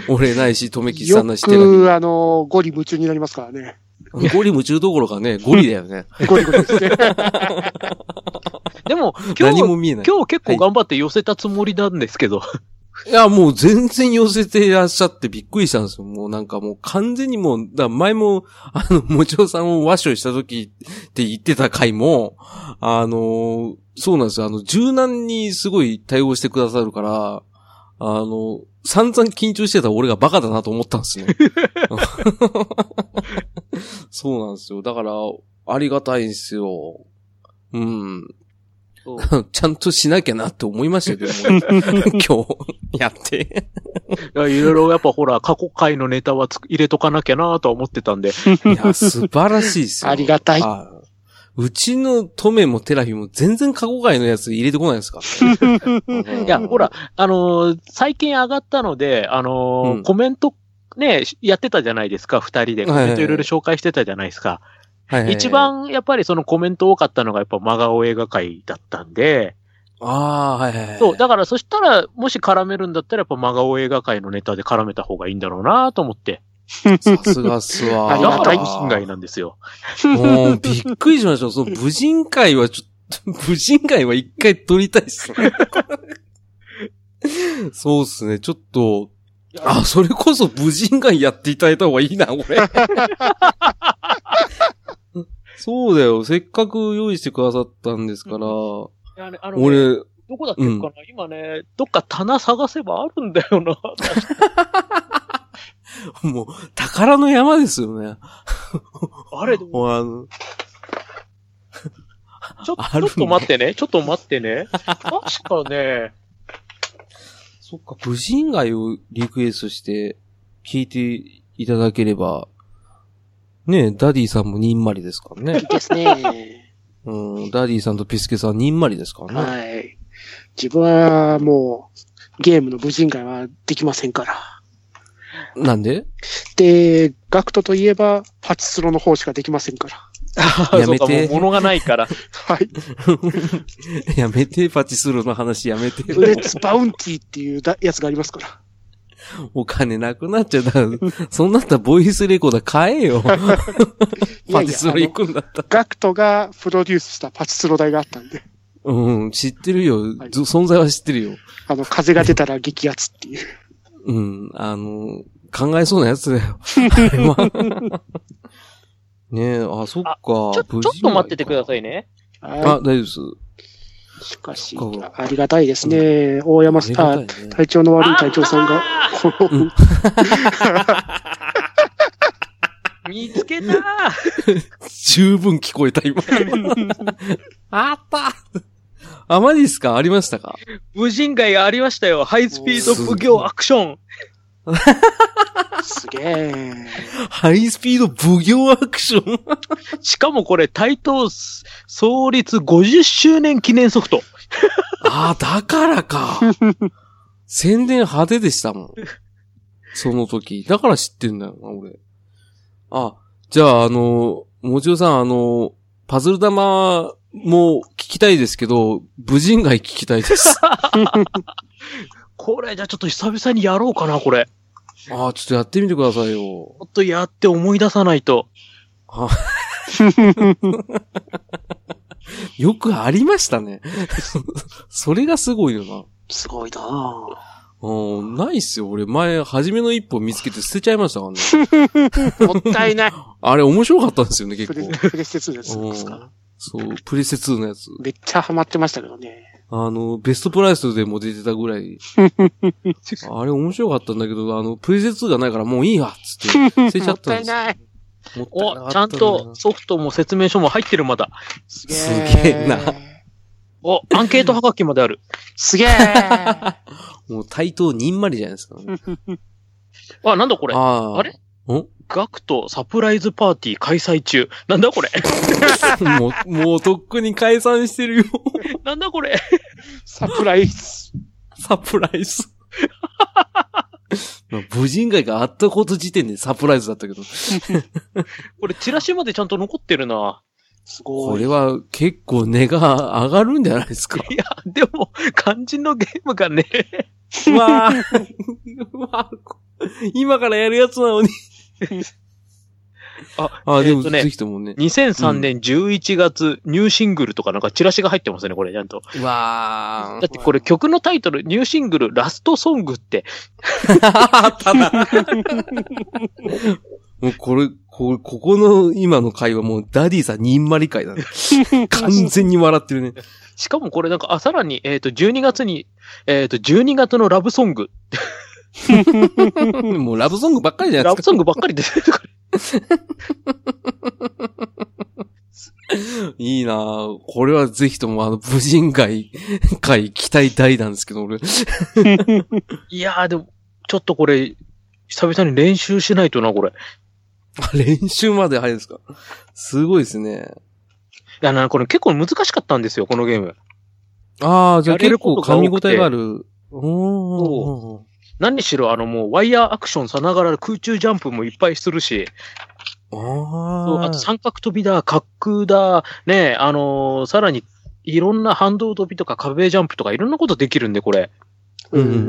Speaker 1: 俺ないし、とめきさ
Speaker 2: よ
Speaker 1: んないし、手が。
Speaker 2: く、あの、ゴリ夢中になりますからね。
Speaker 1: ゴリ夢中どころかね、ゴリだよね。
Speaker 2: ゴリゴリですね。
Speaker 3: でも、今
Speaker 1: 何
Speaker 3: 日、
Speaker 1: も見えない。
Speaker 3: 今日結構頑張って寄せたつもりなんですけど。
Speaker 1: いや、もう全然寄せていらっしゃってびっくりしたんですよ。もうなんかもう完全にもう、だから前も、あの、もちろさんを和尚した時って言ってた回も、あの、そうなんですよ。あの、柔軟にすごい対応してくださるから、 あの、散々緊張してた俺がバカだなと思ったんですね。そうなんですよ。だから、ありがたいんですよ。うん。
Speaker 3: そう
Speaker 1: ちゃんとしなきゃなって思いましたけ ども、今 日やって。
Speaker 3: いやいろいろやっぱほら、過去回のネタはつ入れとかなきゃなとは思ってたんで、
Speaker 1: いや、素晴らしいですよ。
Speaker 2: ありがたい。
Speaker 1: はいうちのトメもテラフィも全然過去外のやつ入れてこないですか
Speaker 3: いや、ほら、、あのー最近上がったので、あのー
Speaker 1: うん
Speaker 3: コメント、ね、やってたじゃないですか、二人で。コメントいろいろ紹介してたじゃないですか。
Speaker 1: はいはい
Speaker 3: 一、番やっぱりそのコメント多かったのがやっぱ真顔映画界だったんで、
Speaker 1: ああ、はいはいはい。
Speaker 3: そう、だからそしたら、もし絡めるんだったらやっぱ真顔映画界のネタで絡めた方がいいんだろうなと思って、
Speaker 1: さすがっすわ。
Speaker 2: あり
Speaker 3: だ
Speaker 2: が
Speaker 3: か
Speaker 2: た
Speaker 3: ら
Speaker 2: い
Speaker 3: 無心外なんですよ。
Speaker 1: もう、びっくりしました。その、無人会はちょっと、無人会は一回撮りたいっすね。 そうっすね。ちょっと、あ、それこそ無人会やっていただいた方がいいな、俺。 そうだよ。せっかく用意してくださったんですから、
Speaker 3: いやねあのね
Speaker 1: 俺、
Speaker 3: どこだっけか
Speaker 1: う
Speaker 3: な、
Speaker 1: ん
Speaker 3: 今ね、どっか棚探せばあるんだよな。
Speaker 1: もう、宝の山ですよね。
Speaker 3: あれ、ちょ
Speaker 1: もうあの、
Speaker 3: ちょ
Speaker 1: あるんだ
Speaker 3: っと待ってね、ちょっと待ってね。確かね、
Speaker 1: そっか、無人街をリクエストして聞いていただければ、ねえ、ダディさんもにんまりですからね
Speaker 2: い い。ですね。
Speaker 1: うん、ダディさんとピスケさんにんまりですからね。
Speaker 2: はい。自分はもう、ゲームの無人会はできませんから。
Speaker 1: なんで
Speaker 2: で、ガクトといえば、パチスロの方しかできませんから。
Speaker 1: やめて
Speaker 3: そうかもう物がな いから。
Speaker 2: はい。
Speaker 1: やめて、パチスロの話やめて。
Speaker 2: ブレッツバウンティーっていうだやつがありますから。
Speaker 1: お金なくなっちゃう。だ からそんなったらボイスレコーダー買えよ。
Speaker 2: いや
Speaker 1: パ
Speaker 2: い
Speaker 1: チ
Speaker 2: や、
Speaker 1: スロ行くんだったら。
Speaker 2: ガクトがプロデュースしたパチスロ台があったん で、
Speaker 1: うん、知ってるよ。
Speaker 2: はい
Speaker 1: ず存在は知ってるよ。
Speaker 2: あの、風が出たら激アツっ ていう。
Speaker 1: うん、あの、考えそうなやつだ よ。あれはねえ、あ、そっか。ちょ
Speaker 3: ちょ、ちょっと待っててくださ
Speaker 1: い。
Speaker 3: いね。
Speaker 1: あ
Speaker 2: は、
Speaker 1: 大丈夫です。
Speaker 2: い。しかし
Speaker 1: そっか、
Speaker 2: ありがたいですね。大山さん、
Speaker 1: あ
Speaker 2: あ
Speaker 1: りがたいね
Speaker 2: 体調の悪い隊長さんが、この
Speaker 3: 見つけた
Speaker 1: 十分聞こえた、 今。あったあ、マジですかありましたか
Speaker 3: 無人街がありましたよ。ハイスピード奉行アクション。
Speaker 2: すげ え。
Speaker 1: ハイスピード奉行アクション
Speaker 3: しかもこれ、台東創立50周年記念ソフト。
Speaker 1: ああ、だからか。宣伝派手でしたもん。その時。だから知ってんだよな、俺。あ、じゃあ、あの、もちろさん、あの、パズル玉も聞きたいですけど、無人街聞きたい です。
Speaker 3: これ、じゃあちょっと久々にやろうかな、これ。
Speaker 1: ああ、ちょっとやってみてくださいよ
Speaker 3: ち。ょっとやって思い出さないと。
Speaker 1: よくありましたね。 それがすごいよな。
Speaker 2: すごいなあ
Speaker 1: うん、ないっすよ。俺、前、初めの一歩見つけて捨てちゃいましたからね。
Speaker 2: もったいない。
Speaker 1: あれ、面白かったんですよね、結
Speaker 2: プレ
Speaker 1: 構。
Speaker 2: プレステ2のやつですか。
Speaker 1: そう、プレセ2のやつ。
Speaker 2: めっちゃハマってましたけどね。
Speaker 1: あの、ベストプライスでも出てたぐら い。あれ、面白かったんだけど、あの、プレセ2がないからもういいわっつって、捨てちゃ
Speaker 2: も
Speaker 1: っ
Speaker 2: ったた
Speaker 1: んで
Speaker 2: い
Speaker 1: すよ。
Speaker 2: ない。
Speaker 1: もったいなか
Speaker 3: お、
Speaker 1: っ
Speaker 3: ち
Speaker 1: た
Speaker 3: ゃ
Speaker 1: なん
Speaker 3: とソフトも説明書も入ってるまだ。
Speaker 2: す
Speaker 1: げ
Speaker 2: げ
Speaker 1: え
Speaker 2: え。
Speaker 3: お、アンケートはがきまである。
Speaker 2: すげえ。
Speaker 1: もう、対等にんまりじゃないですか、ね。
Speaker 3: あ、なんだこれ。
Speaker 1: あー
Speaker 3: あれガクトサプライズパーティー開催中。なんだこれ
Speaker 1: もう、もうとっくに解散してるよ。
Speaker 3: なんだこれ
Speaker 2: サプライズ。
Speaker 1: サプライズ。 まあ、無人街があったこと時点でサプライズだったけど。
Speaker 3: これチラシまでちゃんと残ってるな。
Speaker 2: す
Speaker 1: こ
Speaker 2: ごい。
Speaker 1: れは結構値が上がるんじゃないですか。
Speaker 3: いや、 でも、肝心のゲームがね、
Speaker 1: う わあ今からやるやつなのに。
Speaker 3: あ、
Speaker 1: あ、でも、
Speaker 3: えーとね
Speaker 1: ぜひともね。
Speaker 3: 2003年11月、ニューシングルとかなんかチラシが入ってますね、これ、ちゃんと。
Speaker 1: うわ
Speaker 3: だってこれ曲のタイトル、ニューシングル、ラストソングって、
Speaker 1: あ。ただ。 もうこれ、これ、ここの今の会話もうダディさんにんまり会だ ね。完全に笑ってる ね。
Speaker 3: しかもこれなんか、あ、さらに、えっ、と、12月に、えっ、と、12月のラブソング、
Speaker 1: もうラブソングばっかりじゃない
Speaker 3: ラ
Speaker 1: で
Speaker 3: ブ
Speaker 1: すか。
Speaker 3: ソングばっかり出てるから。
Speaker 1: いいなぁこれはぜひともあの、無人街、会期待大なんですけど、俺。
Speaker 3: いやーでも、ちょっとこれ、久々に練習しないとな、これ。い
Speaker 1: あ練習まで早いですかすごいですね。
Speaker 3: や、な、これ結構難しかったんですよ、このゲーム。
Speaker 1: ああ、じゃあ
Speaker 3: やれ
Speaker 1: 結
Speaker 3: る
Speaker 1: 構
Speaker 3: ことが
Speaker 1: 噛
Speaker 3: 多
Speaker 1: み
Speaker 3: く
Speaker 1: 応
Speaker 3: て
Speaker 1: えがある。おー
Speaker 3: 何しろ、あの、もう、ワイヤーアクションさながら空中ジャンプもいっぱいするし、そう
Speaker 1: あ
Speaker 3: あ
Speaker 1: あ
Speaker 3: と。三角飛びだ、滑空だ、ね、あのーさらに、いろんな反動飛びとか壁ジャンプとかいろんなことできるんで、これ。
Speaker 1: うんうんうんう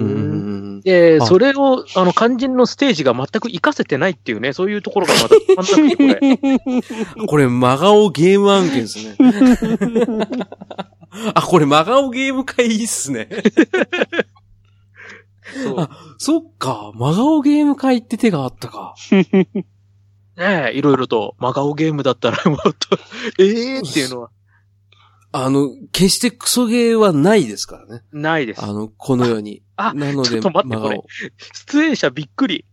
Speaker 1: ん
Speaker 3: で、
Speaker 1: あ
Speaker 3: それを、あの、肝心のステージが全く活かせてないっていうね、そういうところがまたたまんなくて、これ。
Speaker 1: うん。これ、真顔ゲーム案件ですね。 あ、これ、真顔ゲーム会いいっすね。
Speaker 3: そう
Speaker 1: そっか、真顔ゲーム会って手があったか。
Speaker 3: ねえ、いろいろと、真顔ゲームだったら、もっと、 ええー、っていうのは、
Speaker 1: あの、決してクソゲーはないですからね。
Speaker 3: ないです
Speaker 1: あ。の、この世に。
Speaker 3: ああ
Speaker 1: なの
Speaker 3: ちょ
Speaker 1: で、
Speaker 3: っと待って
Speaker 1: 真
Speaker 3: これ
Speaker 1: 顔。
Speaker 3: 出演者びっくり。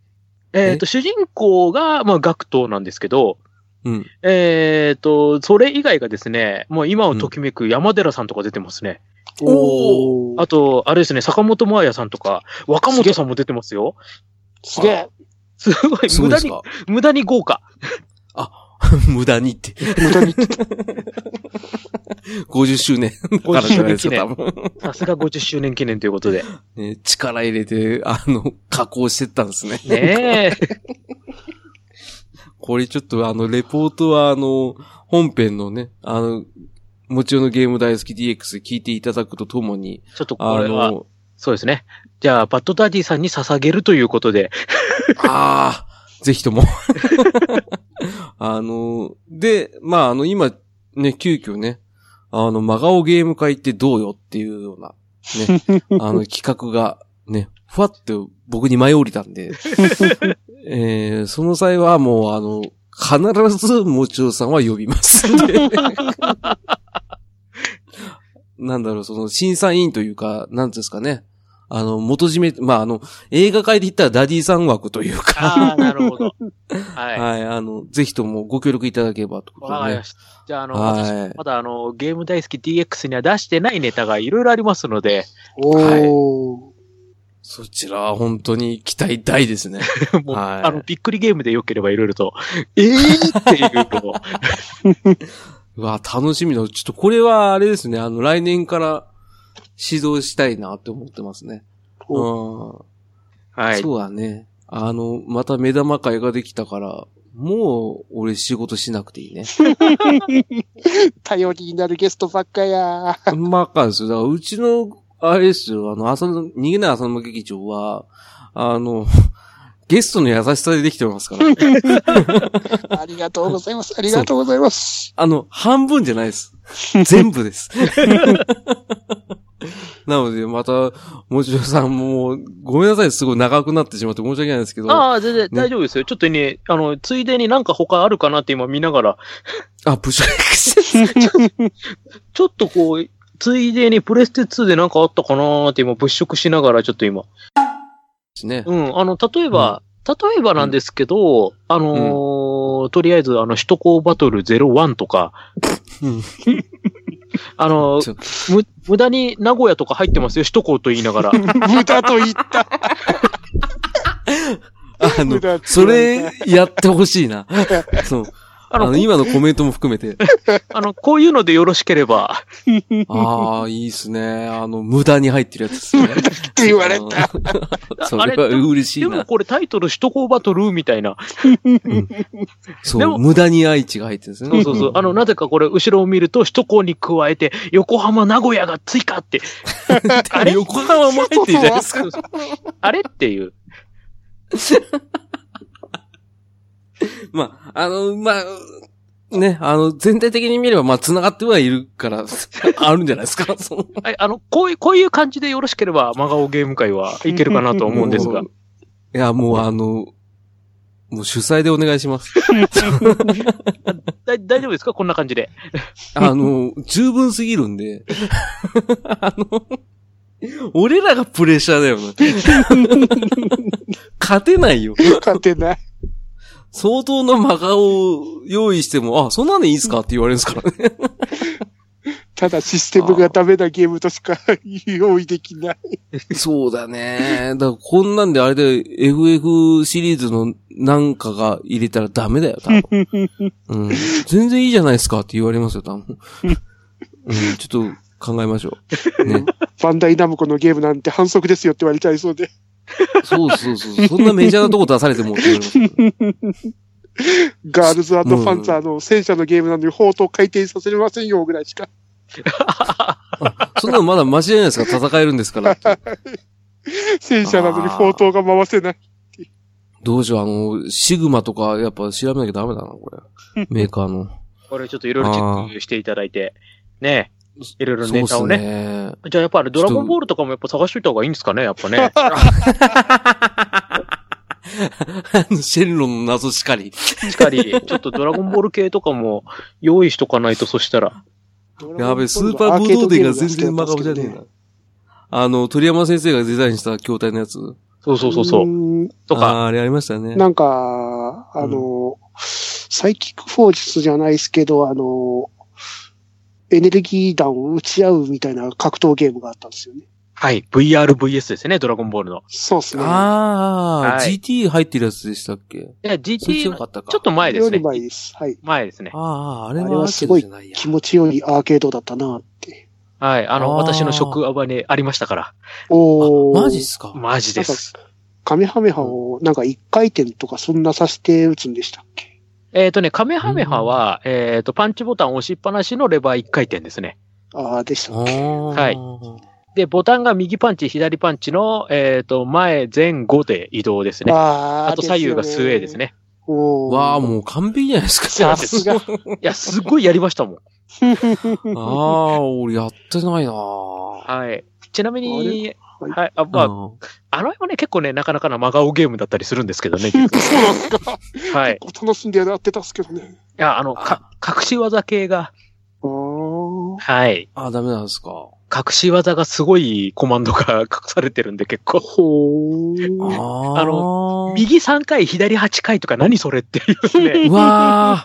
Speaker 3: えっ、と、主人公が、まあ、学徒なんですけど、
Speaker 1: うん。
Speaker 3: えっ、と、それ以外がですね、もう今をときめく山寺さんとか出てますね。
Speaker 1: お
Speaker 2: おー
Speaker 3: あと、あれですね、坂本真綾さんとか、若本さんも出てますよ。
Speaker 2: す げえ。
Speaker 3: すごい、
Speaker 1: すご
Speaker 3: 無
Speaker 1: いです
Speaker 3: 駄に、
Speaker 1: か
Speaker 3: 無駄に豪華。
Speaker 1: 無駄にって。
Speaker 2: 無駄に。
Speaker 1: 50周年だからじゃないですか、多分。
Speaker 3: さすが50周年記念というこ とで。
Speaker 1: ね、力入れて、あの、加工してったんですね。
Speaker 3: ねえ。
Speaker 1: これちょっとあの、レポートはあの、本編のね、あの、もちろんのゲーム大好き DX 聞いていただくとともに、
Speaker 3: ちょっとこ
Speaker 1: あ
Speaker 3: れは、
Speaker 1: の、
Speaker 3: そうですね。じゃあ、バッドダディさんに捧げるということで。
Speaker 1: ああ、ぜひとも。 あの、で、まああの、今、ね、急遽ね、あの、真顔ゲーム会ってどうよっていうような、ね、あの、企画が、ね、ふわって僕に舞い降りたんで、えー、その際はもうあの、必ず、もちろさんは呼びます。なんだろう、その、審査委員というか、なんていうんですかね。あの、元締め、まあ、あの、映画界で言ったらダディさん枠というか、
Speaker 3: ああ、なるほど。 は
Speaker 1: はい、あの、ぜひともご協力いただければという
Speaker 3: い。
Speaker 1: こと
Speaker 3: わか
Speaker 1: で
Speaker 3: り
Speaker 1: ね
Speaker 3: ま。した。じゃあ、あの、私
Speaker 1: は
Speaker 3: まだあの、ゲーム大好き DX には出してないネタがいろいろありますので、
Speaker 2: おー。
Speaker 1: い。そちらは本当に期待大ですね。
Speaker 3: もう、
Speaker 1: はい
Speaker 3: あの、びっくりゲームで良ければいろいろと、ええー、っていうのを、
Speaker 1: うわ、楽しみだ。ちょっとこれはあれですね、あの、来年から指導したいなって思ってますね。うん。
Speaker 3: はい。
Speaker 1: そうだね。あの、また目玉会ができたから、もう俺仕事しなくて いいね。
Speaker 2: 頼りになるゲストばっかや。
Speaker 1: まあかですよ。だからうちの、あれですよ、あの、朝の、逃げない朝の劇場は、あの、 ゲストの優しさでできてますから。
Speaker 2: ありがとうございます。ありがとうございます。
Speaker 1: あの、半分じゃないです。 全部です。なので、また、もちろんさんも、ごめんなさい、すごい長くなってしまって申し訳ないんですけど、あ、
Speaker 3: ああ、全然
Speaker 1: ね
Speaker 3: 大丈夫ですよ。ちょっとね、あの、ついでになんか他あるかなって今見ながら、
Speaker 1: プッシュして
Speaker 3: ちょっとこう、ついでにプレステ2でなんかあったかなーって今物色しながらちょっと今。
Speaker 1: ですね。
Speaker 3: うん、あの、例えば、例えばなんですけど、あのーとりあえず、あの、首都高バトル01とか
Speaker 1: うん、
Speaker 3: あの
Speaker 1: ちょ
Speaker 3: ーむ、無駄に名古屋とか入ってますよ、首都高と言いなが ら。
Speaker 2: 無駄と言った。
Speaker 1: あ
Speaker 2: 無
Speaker 1: の、
Speaker 2: 駄
Speaker 1: それ、やってほしい な。そう。
Speaker 3: あ
Speaker 1: あ
Speaker 3: の
Speaker 1: の、今のコメントも含めて。
Speaker 3: あの、こういうのでよろしければ、
Speaker 1: ああ、いいっすね。あの、無駄に入ってるやつですね。
Speaker 2: って言われた。
Speaker 1: た それは嬉し
Speaker 3: で
Speaker 1: い
Speaker 3: も
Speaker 1: な。
Speaker 3: これタイトル首都高バトルみたいな。
Speaker 1: そ
Speaker 3: でも
Speaker 1: う、無駄に愛知が入ってるんですね。
Speaker 3: そうそうそう。あの、なぜかこれ後ろを見ると首都高に加えて、横浜、名古屋が追加 って、あれ
Speaker 1: 横浜も入ってるじゃないですか。
Speaker 3: あれっていう。
Speaker 1: まあ、あの、まあ、ね、あの、全体的に見れば、まあ、繋がってはいるから、 あるんじゃないですか。その
Speaker 3: はい、あの、こういう、こういう感じでよろしければ、真顔ゲーム会はいけるかなと思うんですが
Speaker 1: も。いや、もうあの、もう主催でお願いします。
Speaker 3: だ大丈夫ですかこんな感じで。
Speaker 1: あの、十分すぎるんで。 あの、俺らがプレッシャーだよな。勝てないよ。
Speaker 2: 勝てない。
Speaker 1: 相当な真顔を用意しても、あ、そんなのいいですかって言われるんですからね。
Speaker 2: ただシステムがダメなゲームとしか用意できない。
Speaker 1: そうだね。だからこんなんであれで FF シリーズのなんかが入れたらダメだよ、多分。 うん、全然いいじゃないですかって言われますよ、多 分。うん、ちょっと考えましょう。ね。
Speaker 2: バンダイナムコのゲームなんて反則ですよって言われちゃいそうで。
Speaker 1: そうそうそう。そんなメジャーなとこ出されてもって言われます。
Speaker 2: ガールズファンツァーの戦車のゲームなのに砲塔回転させれませんよぐらいしか。
Speaker 1: そんなのまだマシじゃないですか、戦えるんですからって。
Speaker 2: 戦車なのに砲塔が回せない。
Speaker 1: どうしよう、あの、シグマとか、やっぱ調べなきゃダメだな、こ れ。メーカーの。
Speaker 3: これちょっといろいろチェックしていただいて、ねえ、いろいろ
Speaker 1: そう
Speaker 3: ネ
Speaker 1: っす
Speaker 3: タをね。
Speaker 1: ね。
Speaker 3: じゃあやっぱあれドラゴンボールとかもやっぱ探しといた方がいいんですかね、やっぱね。
Speaker 1: あのシェンロンの謎しかり。
Speaker 3: しっかり、ちょっとドラゴンボール系とかも用意しとかないと、そしたら。
Speaker 1: やべ、スーパーブドウデーが全然真顔じゃねえな。あの、鳥山先生がデザインした筐体のやつ。
Speaker 3: そうそうそうそう。
Speaker 2: う。
Speaker 3: とか、
Speaker 1: あーあれありましたね。
Speaker 2: なんか、あの、サイキックフォージスじゃないですけど、あの、エネルギー弾を打ち合うみたいな格闘ゲームがあったんですよね。
Speaker 3: はい、VRVS ですね、ドラゴンボールの。
Speaker 2: そうですね。
Speaker 1: ああ、
Speaker 3: はい
Speaker 1: GT 入ってるやつでしたっけ
Speaker 3: いや
Speaker 1: そっち
Speaker 3: GT
Speaker 1: よ
Speaker 3: の
Speaker 1: かったか。
Speaker 3: ちょっと前です
Speaker 2: より
Speaker 3: ね。
Speaker 2: 前です。はい。
Speaker 3: 前ですね。
Speaker 1: ああ、あれ
Speaker 2: あれ
Speaker 1: は
Speaker 2: はすごい気持ちよいアーケードだったなって。
Speaker 3: はい、あの、
Speaker 1: あー
Speaker 3: 私の職場にありましたから。
Speaker 2: おー。
Speaker 1: マジっすか
Speaker 3: マジです。
Speaker 2: カメハメハをなんか一回転とかそんなさして打つんでしたっけ
Speaker 3: えっ、とね、カメハメハは、えっ、と、パンチボタンを押しっぱなしのレバー1回転ですね。
Speaker 2: ああ、でしたっけ
Speaker 1: はい
Speaker 3: で、ボタンが右パンチ、左パンチの、えっ、と、前、前後で移動ですね。あ
Speaker 2: あー
Speaker 3: と左右がスウェーです。ね。
Speaker 2: ですよおー
Speaker 1: わあ、もう完璧じゃないですか。
Speaker 2: さすが。
Speaker 3: いや、すごいやりましたもん。
Speaker 1: ああ、俺やってないなぁ。
Speaker 3: はい。ちなみに、
Speaker 2: あれ
Speaker 3: はい、あ、まあ、
Speaker 1: うん
Speaker 3: あの絵もね、結構ね、なかなかな真顔ゲームだったりするんですけどね。実
Speaker 2: そうなんですか。
Speaker 3: ははい。
Speaker 2: 楽しんでやってたっすけどね。
Speaker 3: いや、あの、か、隠し技系が、
Speaker 2: あー
Speaker 3: はい。
Speaker 1: ああ、ダメなんですか。
Speaker 3: 隠し技がすごいコマンドが隠されてるんで結構。
Speaker 2: ほー。
Speaker 1: ああ。
Speaker 3: あ
Speaker 1: の
Speaker 3: 右3回、左8回とか何それっていう ね。
Speaker 1: うわあ。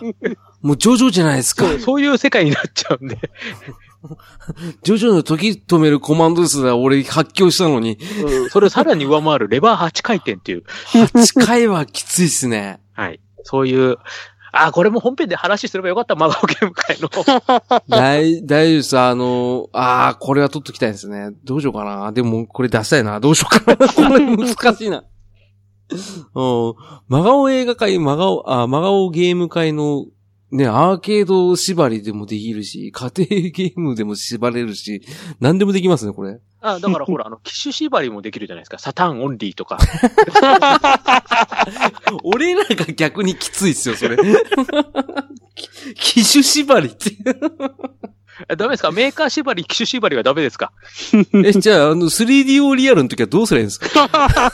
Speaker 1: もうジョジョじゃないですか
Speaker 3: そ。う、そういう世界になっちゃうんで。
Speaker 1: ジョジョの時止めるコマンドですら俺発狂したのに、
Speaker 3: うんそれをさらに上回るレバー8回転っていう。
Speaker 1: 8回はきついっすね。
Speaker 3: はい。そういう、あ、これも本編で話すればよかった、真顔ゲーム 会の。
Speaker 1: 大、大丈夫です。あの、ああ、これは取っときたいですね。どうしようかな。でも、これ出したいな。どうしようかな。 これ難しいな。うん。真顔映画界、真顔、あ、真顔ゲーム界の、ね、アーケード縛りでもできるし、家庭ゲームでも縛れるし、何でもできますね、これ。
Speaker 3: あ、だからほら、あの、機種縛りもできるじゃないですか。サターンオンリーとか。
Speaker 1: 俺らが逆にきついっすよ、それ。 き機種縛りって。
Speaker 3: えダメですかメーカー縛り、機種縛りはダメですか
Speaker 1: え、じゃあ、あの、3DO リアルの時はどうすればいいんですか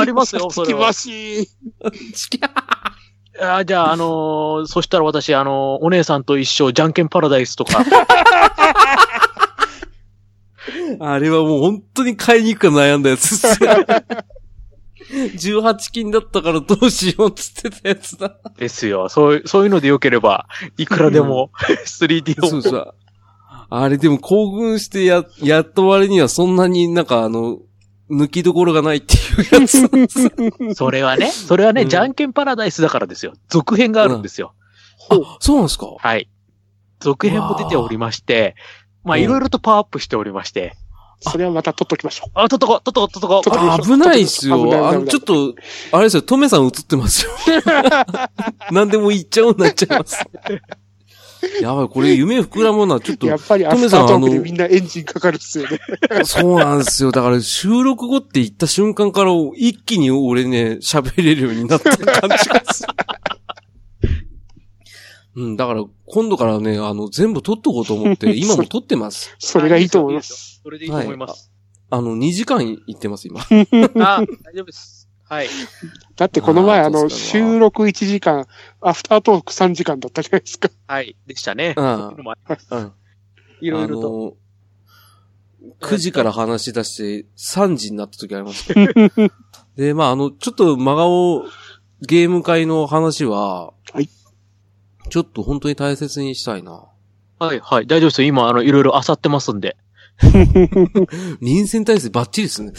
Speaker 3: ありますよ、そ
Speaker 2: 聞
Speaker 3: れ
Speaker 2: き
Speaker 3: は
Speaker 2: ま。しい。
Speaker 3: あじゃあ、あのーそしたら私、あのーお姉さんと一緒、じゃんけんパラダイス とか。
Speaker 1: あれはもう本当に買いに行くか悩んだやつっすよ。18金だ ったからどうしようっつってたやつだ。
Speaker 3: ですよ。そういう、そういうので良ければ、いくらでも 3D を。
Speaker 1: そうそう。あれでも興奮してや、やっと割にはそんなになんかあの、抜きどころがないっていうやつなんですよ。
Speaker 3: それはね、それはね、
Speaker 1: うん
Speaker 3: じゃんけんパラダイスだからですよ。続編があるんですよ。
Speaker 1: あ、 そうなんですか
Speaker 3: はい。続編も出ておりまして、まあ、
Speaker 1: うん
Speaker 3: いろいろとパワーアップしておりまして。
Speaker 2: それはまた取っときましょ
Speaker 3: あ、とっとこう、とっとこう、とっとこ
Speaker 2: ちょっ
Speaker 1: あ
Speaker 2: と
Speaker 1: 危ないっす
Speaker 2: 危ない危な
Speaker 1: よ。
Speaker 2: い
Speaker 1: あ
Speaker 2: 危
Speaker 1: の、
Speaker 2: ない
Speaker 1: ちょっと、あれですよ、トメさん映ってます よ。何でも言っちゃうようになっちゃいます。やばい、これ夢膨らむな。ちょっ
Speaker 2: う。
Speaker 1: と
Speaker 2: や、っぱりアフタートークでみんなエンジンかかるっす よね。
Speaker 1: そうなんですよ。だから収録後って言った瞬間から一気に俺ね、喋れるようになった感じがする。 うん、だから今度からね、あの、全部撮っとこうと思って、今も撮ってます。
Speaker 2: それがいいと思います。。
Speaker 3: それでいいと思います。
Speaker 1: あの、2時間いってます、今。
Speaker 3: あ、大丈夫です。はい。
Speaker 2: だってこの前、
Speaker 1: あー
Speaker 2: あの、
Speaker 1: 確かにな
Speaker 2: 収録1時間、アフタートーク3時間だったじゃない ですか。
Speaker 3: はい。でしたね。
Speaker 1: うん
Speaker 3: そういうのもあり
Speaker 1: うん。
Speaker 3: いろいろ
Speaker 1: あ
Speaker 3: と。
Speaker 1: の、9時から話し出して3時になった時ありますけど。で、まあ、あの、ちょっと真顔ゲーム会の話は、
Speaker 2: はい
Speaker 1: ちょっと本当に大切にしたいな。
Speaker 3: はい、はい。大丈夫ですよ。今、あの、いろいろ漁ってますんで。
Speaker 1: 臨戦体制バッチリですね。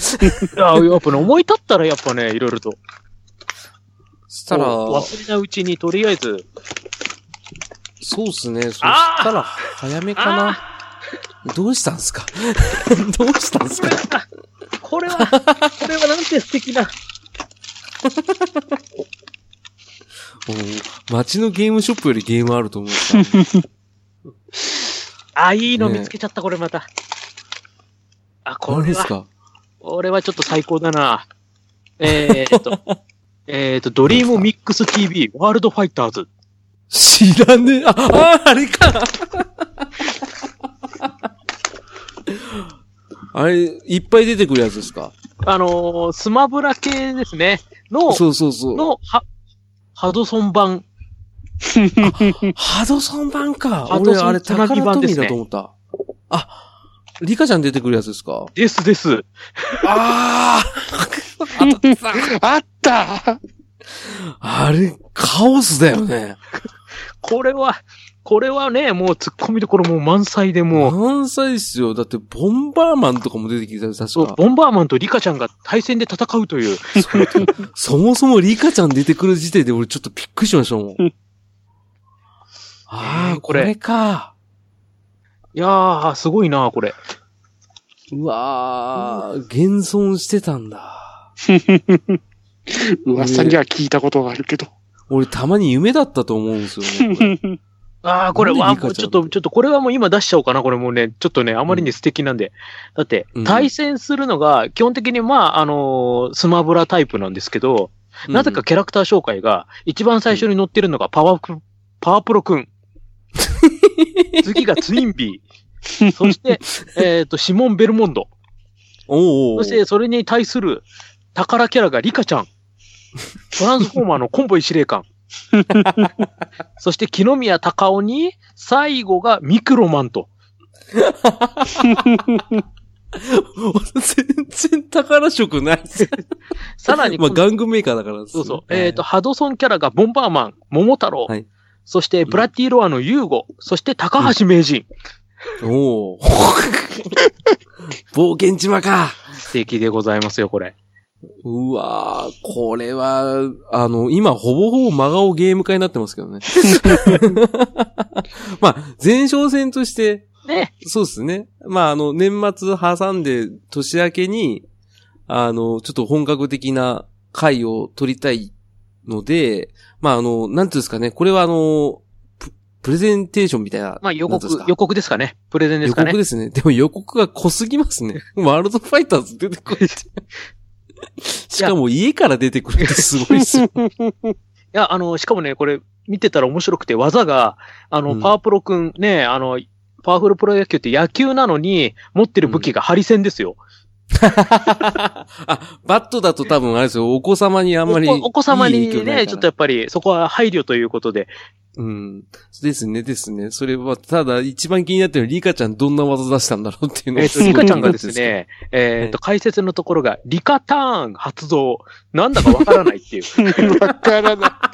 Speaker 3: いや、やっぱね、思い立ったらやっぱね、いろいろと。
Speaker 1: したら、
Speaker 3: 忘れないうちに、とりあえず、
Speaker 1: そうっすね。そした
Speaker 3: あー
Speaker 1: ら、早めかな。どうしたんすか どうしたんすか
Speaker 3: これは、これはなんて素敵な。
Speaker 1: もう街のゲームショップよりゲームあると思う から。
Speaker 3: あ、いいの
Speaker 1: ねえ
Speaker 3: 見つけちゃった、これまた。あ、こ
Speaker 1: 何
Speaker 3: れ
Speaker 1: です
Speaker 3: は、
Speaker 1: か
Speaker 3: これはちょっと最高だな。えー っと、えーっと、ドリームミックス TV、ワールドファイターズ。
Speaker 1: 知らねえ。あ、あー、あれ か。あれ、いっぱい出てくるやつですか
Speaker 3: あのー、スマブラ系ですね。の、
Speaker 1: そうそうそう。
Speaker 3: の、は、ハドソン版。
Speaker 1: ハドソン版か。
Speaker 3: ハドソン
Speaker 1: 俺、あれ、
Speaker 3: つな
Speaker 1: 宝
Speaker 3: ぎ版
Speaker 1: 富
Speaker 3: です
Speaker 1: だ
Speaker 3: ね
Speaker 1: と思った。あ、リカちゃん出てくるやつですか
Speaker 3: ですです。
Speaker 1: あ
Speaker 2: あった
Speaker 1: ああれ、カオスだよね。
Speaker 3: これは、これはね、もう突っ込みどころもう満載でもう、
Speaker 1: 何歳っすよ。だって、ボンバーマンとかも出てきたよ、
Speaker 3: そ
Speaker 1: 確
Speaker 3: う
Speaker 1: か、。
Speaker 3: ボンバーマンとリカちゃんが対戦で戦うという。
Speaker 1: そもそもリカちゃん出てくる時点で俺ちょっとびっくりしました もん。ああ、こ
Speaker 3: これ
Speaker 1: れか。
Speaker 3: いやー、すごいな、これ。
Speaker 1: うわー、現存してたん だ。
Speaker 2: 噂には聞いたことがあ るけど。
Speaker 1: 俺たまに夢だったと思うんですよねこれ。
Speaker 3: ああ、これ
Speaker 1: なんで
Speaker 3: は、
Speaker 1: リカ
Speaker 3: もう
Speaker 1: ち
Speaker 3: ち
Speaker 1: ゃん
Speaker 3: ょっと、ちょっと、これはもう今出しちゃおうかな。これもうね、ちょっとね、あまりに素敵なんで。だって
Speaker 1: うん、
Speaker 3: 対戦するのが、基本的に、まあ、あのースマブラタイプなんですけど、 なぜかキャラクター紹介が、一番最初に載ってるのがパワープ、パワープロく ん。次がツインビー。そして、えっ、と、シモン・ベルモンド。
Speaker 1: うん、おうおう
Speaker 3: そして、それに対する宝キャラがリカちゃん。トランスフォーマーのコンボイ司令 官。そして、木の宮隆夫に、最後がミクロマンと。
Speaker 1: 全然宝色ないっすよ。
Speaker 3: さらに、
Speaker 1: まあ、玩具メーカーだからです
Speaker 3: そ
Speaker 1: ね
Speaker 3: うそう。えっ、と、、ハドソンキャラがボンバーマン、桃太郎。
Speaker 1: はい
Speaker 3: そして、ブラッディロアのユーゴ。そして、高橋名人。
Speaker 1: おお。冒険島か。
Speaker 3: 素敵でございますよ、これ。
Speaker 1: うわー、これは、あの、今、ほぼほぼ真顔ゲーム会になってますけど ね。まあ、前哨戦として、
Speaker 3: ね。
Speaker 1: そうですね。まあ、あの、年末挟んで、年明けに、あの、ちょっと本格的な回を取りたいので、まあ、あの、なんていうんですかね、これはあの、ププレゼンテーションみたいな。
Speaker 3: まあ、予
Speaker 1: なんてい
Speaker 3: 告
Speaker 1: うんですか、
Speaker 3: 予告ですかね。プレゼンですか
Speaker 1: 予告
Speaker 3: ね。
Speaker 1: ですね。でも予告が濃すぎますね。ワールドファイターズ出てくるって。しかも家から出てくるってすごいっす よ。
Speaker 3: いや、あの、しかもね、これ、見てたら面白くて、技が、あの、
Speaker 1: うん
Speaker 3: パワープロくん、ね、あの、パワフルプロ野球って野球なのに、持ってる武器がハリセンですよ。
Speaker 1: あ、バットだと多分あれですよ、お子様にあんまり
Speaker 3: おお子様
Speaker 1: いい影
Speaker 3: に
Speaker 1: 響ない
Speaker 3: ね、
Speaker 1: から
Speaker 3: ちょっとやっぱり、そこは配慮ということで。
Speaker 1: うん。ですね、ですね。それは、ただ一番気になってるのはリカちゃんどんな技出したんだろうっていうの
Speaker 3: えっ、と、リカちゃんがです。ね、
Speaker 1: え
Speaker 3: えっ、
Speaker 1: え
Speaker 3: と、解説のところが、リカターン発動。なんだかわからない っていう。
Speaker 2: わからな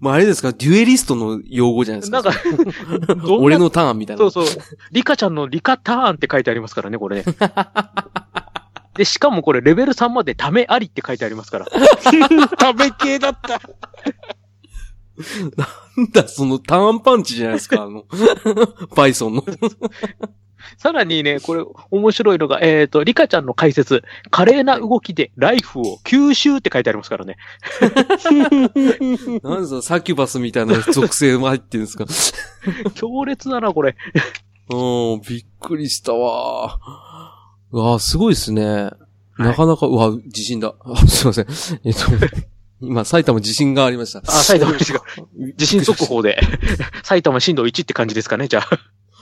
Speaker 1: まああれですか、デュエリストの用語じゃないです
Speaker 3: な
Speaker 1: か。
Speaker 3: んか、どんな
Speaker 1: 俺のターンみたいな。
Speaker 3: そうそう。リカちゃんのリカターンって書いてありますからね、こ れね。で、しかもこれレベル3までためありって書いてありますから。
Speaker 2: い。食べ系だった。
Speaker 1: なんだ、そのターンパンチじゃないですか、あの、 バイソンの。
Speaker 3: さらにね、これ面白いのが、えっ、と、リカちゃんの解説、華麗な動きでライフを吸収って書いてありますからね。
Speaker 1: なんですか、サキュバスみたいな属性も入ってるんですか。
Speaker 3: 強烈だな、これ。
Speaker 1: うん、びっくりしたわ。うわあ、すごいですね。なかなか、うわ、地震だ。 あすいません。えっと、今、埼玉地震がありました。
Speaker 3: あ、埼玉 ですが、地震速報で、埼玉震度1って感じですかね、じゃあ。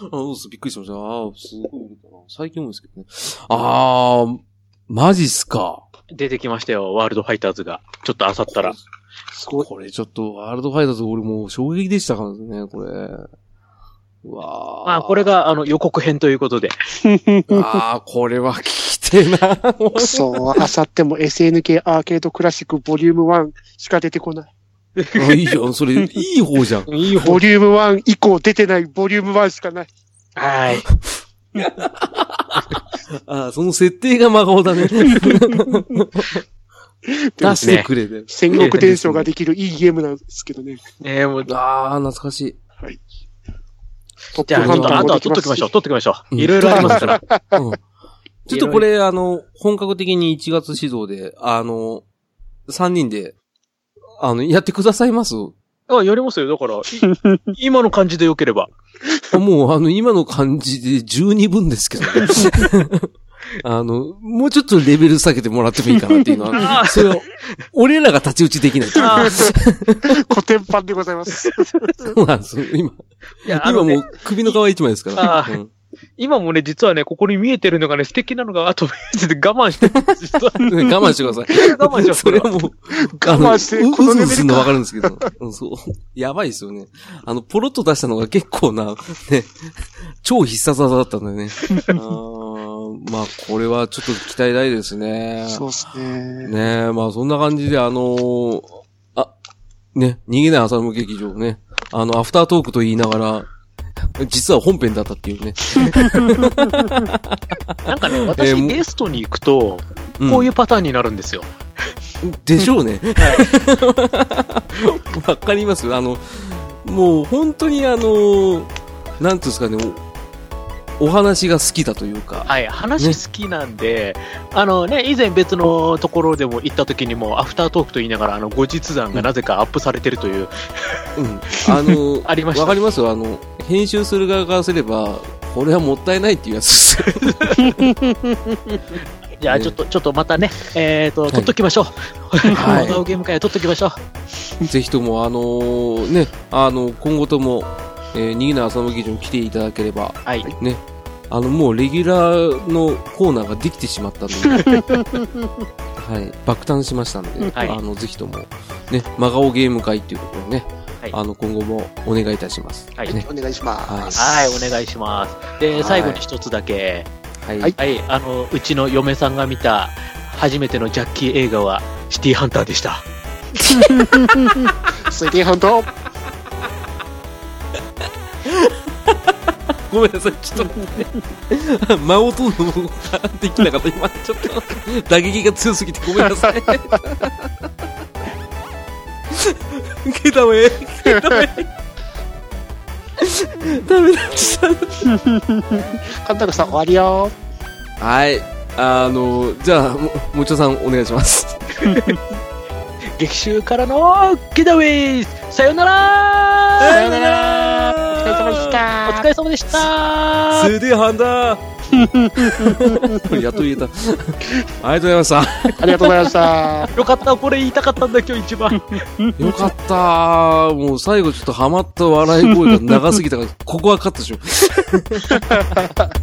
Speaker 1: あ、そうです。びっくりしました。ああ、すごいな。最近多いですけどね。ああ、マジっすか。
Speaker 3: 出てきましたよ、ワールドファイターズが。ちょっとあさったら。
Speaker 2: すごい。
Speaker 1: これちょっと、ワールドファイターズ俺もう衝撃でしたからね、これ。うわ
Speaker 3: まあ、これ。が、あの、予告編ということで。
Speaker 1: ああ、これは聞きせえな。
Speaker 2: くそ、あさっても SNK アーケードクラシックボリューム1しか出てこない。
Speaker 1: あいいよ、それ、いい方じゃん。
Speaker 3: いい
Speaker 2: ボリューム1以降出てないボリューム1しかない。
Speaker 3: はい。
Speaker 1: ああ、その設定が真顔 だね。出してくれて。
Speaker 2: 戦国伝承ができるいいゲームなんですけどね。
Speaker 3: ねえ、もう、じゃ
Speaker 1: ああ、懐かしい。
Speaker 2: トップ
Speaker 3: あ、
Speaker 2: ハ
Speaker 3: 今
Speaker 2: ンタ
Speaker 3: 度、
Speaker 2: ー
Speaker 3: あと
Speaker 2: もで
Speaker 3: は
Speaker 2: き
Speaker 3: 取
Speaker 2: ま
Speaker 3: っときますしょう、
Speaker 2: し。
Speaker 3: 取っときましょ
Speaker 1: う
Speaker 3: う。
Speaker 1: ん
Speaker 3: いろいろありますから。
Speaker 1: うんちょっとこれ、あの、本格的に1月指導で、あの、3人で、あの、やってくださいます
Speaker 3: あ、やりますよ。だから、 い今の感じで良ければ。
Speaker 1: もう、あの、今の感じで12分ですけど、ね、 あの、もうちょっとレベル下げてもらってもいいかなっていうのは、それは、俺らが立ち打ちできない。
Speaker 3: あ
Speaker 2: 古典版でございます。
Speaker 1: そうなんですよ今、
Speaker 3: いや、あ
Speaker 1: 今
Speaker 3: の
Speaker 1: も
Speaker 3: ね、
Speaker 1: う首の皮一枚ですから
Speaker 3: あ。
Speaker 1: うん
Speaker 3: 今もね、実はね、ここに見えてるのがね、素敵なのが、あと見えてて我慢してるんです、実は。
Speaker 1: ね我慢してください。
Speaker 3: 我慢します
Speaker 1: それはもう、
Speaker 2: 我慢して
Speaker 1: あのう
Speaker 2: この
Speaker 1: う
Speaker 2: レ
Speaker 1: ずう
Speaker 2: ベルか
Speaker 1: ずするのわかるんですけど。うんそう。やばいですよね。あの、ポロッと出したのが結構な、ね、超必殺技だったんだよね。あーまあ、これはちょっと期待大ですね。
Speaker 2: そうですね。
Speaker 1: ねえ、まあ、そんな感じで、あのーあ、ね、逃げない朝向劇場ね。あの、アフタートークと言いながら、実は本編だったっていうね。
Speaker 3: なんかね、
Speaker 1: えー
Speaker 3: 私
Speaker 1: もう
Speaker 3: ゲストに行くと、
Speaker 1: ん
Speaker 3: こういうパターンになるんですよ。
Speaker 1: でしょうね。わかりますよあの、もう本当にあの、なんていうんですかね、おお話が好きだというか。
Speaker 3: はい、話好きなんで、あのね、以前別のところでも行った時にも、アフタートークと言いながら、あの、後日談がなぜかアップされてるという、
Speaker 1: うん。あ の、
Speaker 3: ありました
Speaker 1: わかりますよ。あの、編集する側からすれば、これはもったいないっていうやつ です。
Speaker 3: じゃあ、
Speaker 1: ね
Speaker 3: ちょっと、ちょっとまたね、えっ、と、
Speaker 1: い
Speaker 3: 取っときましょう。
Speaker 1: は
Speaker 3: はい い。ゲーム会取っときましょう。
Speaker 1: ぜひとも、あのね、あの、今後とも、えー、逃げない朝の劇場に来ていただければ、
Speaker 3: はい。
Speaker 1: ね、あの、もうレギュラーのコーナーができてしまったので、はい、爆誕しましたので、
Speaker 3: はい
Speaker 1: あの、ぜひとも、ね、真顔ゲーム会っていうところね、
Speaker 3: はい
Speaker 1: あの、今後もお願いいたします。
Speaker 3: はい。
Speaker 1: ね
Speaker 2: お願いします。
Speaker 3: はい、お願いします。
Speaker 1: はい
Speaker 3: で、最後に一つだけ、
Speaker 1: はい。
Speaker 2: はい
Speaker 3: はい、あの、うちの嫁さんが見た初めてのジャッキー映画は、シティーハンターでした。
Speaker 2: スイティーハント
Speaker 1: ごめんなさい、ちょっと 待って、間を取るのができなかった。今、ちょっと、打撃が強すぎてごめんなさい。ゲタウェイ、ゲタウェイ。ダメだ、ちょっと。
Speaker 2: カンタルさん終わりよ。
Speaker 1: はい。あの、じゃあ、も、もちろさんお願いします。
Speaker 3: 劇中からの、ゲダウェイさよなら
Speaker 2: さよならお疲れ様でし
Speaker 3: お
Speaker 2: た。
Speaker 3: 疲れ様でした
Speaker 1: スデハン ダーやっと言えた。ありがとうございました。
Speaker 2: ありがとうございました。
Speaker 3: よかった、これ言いたかったんだ、今日一番。
Speaker 1: よかったー もう最後ちょっとハマった笑い声が長すぎたから、ここはカットしよう。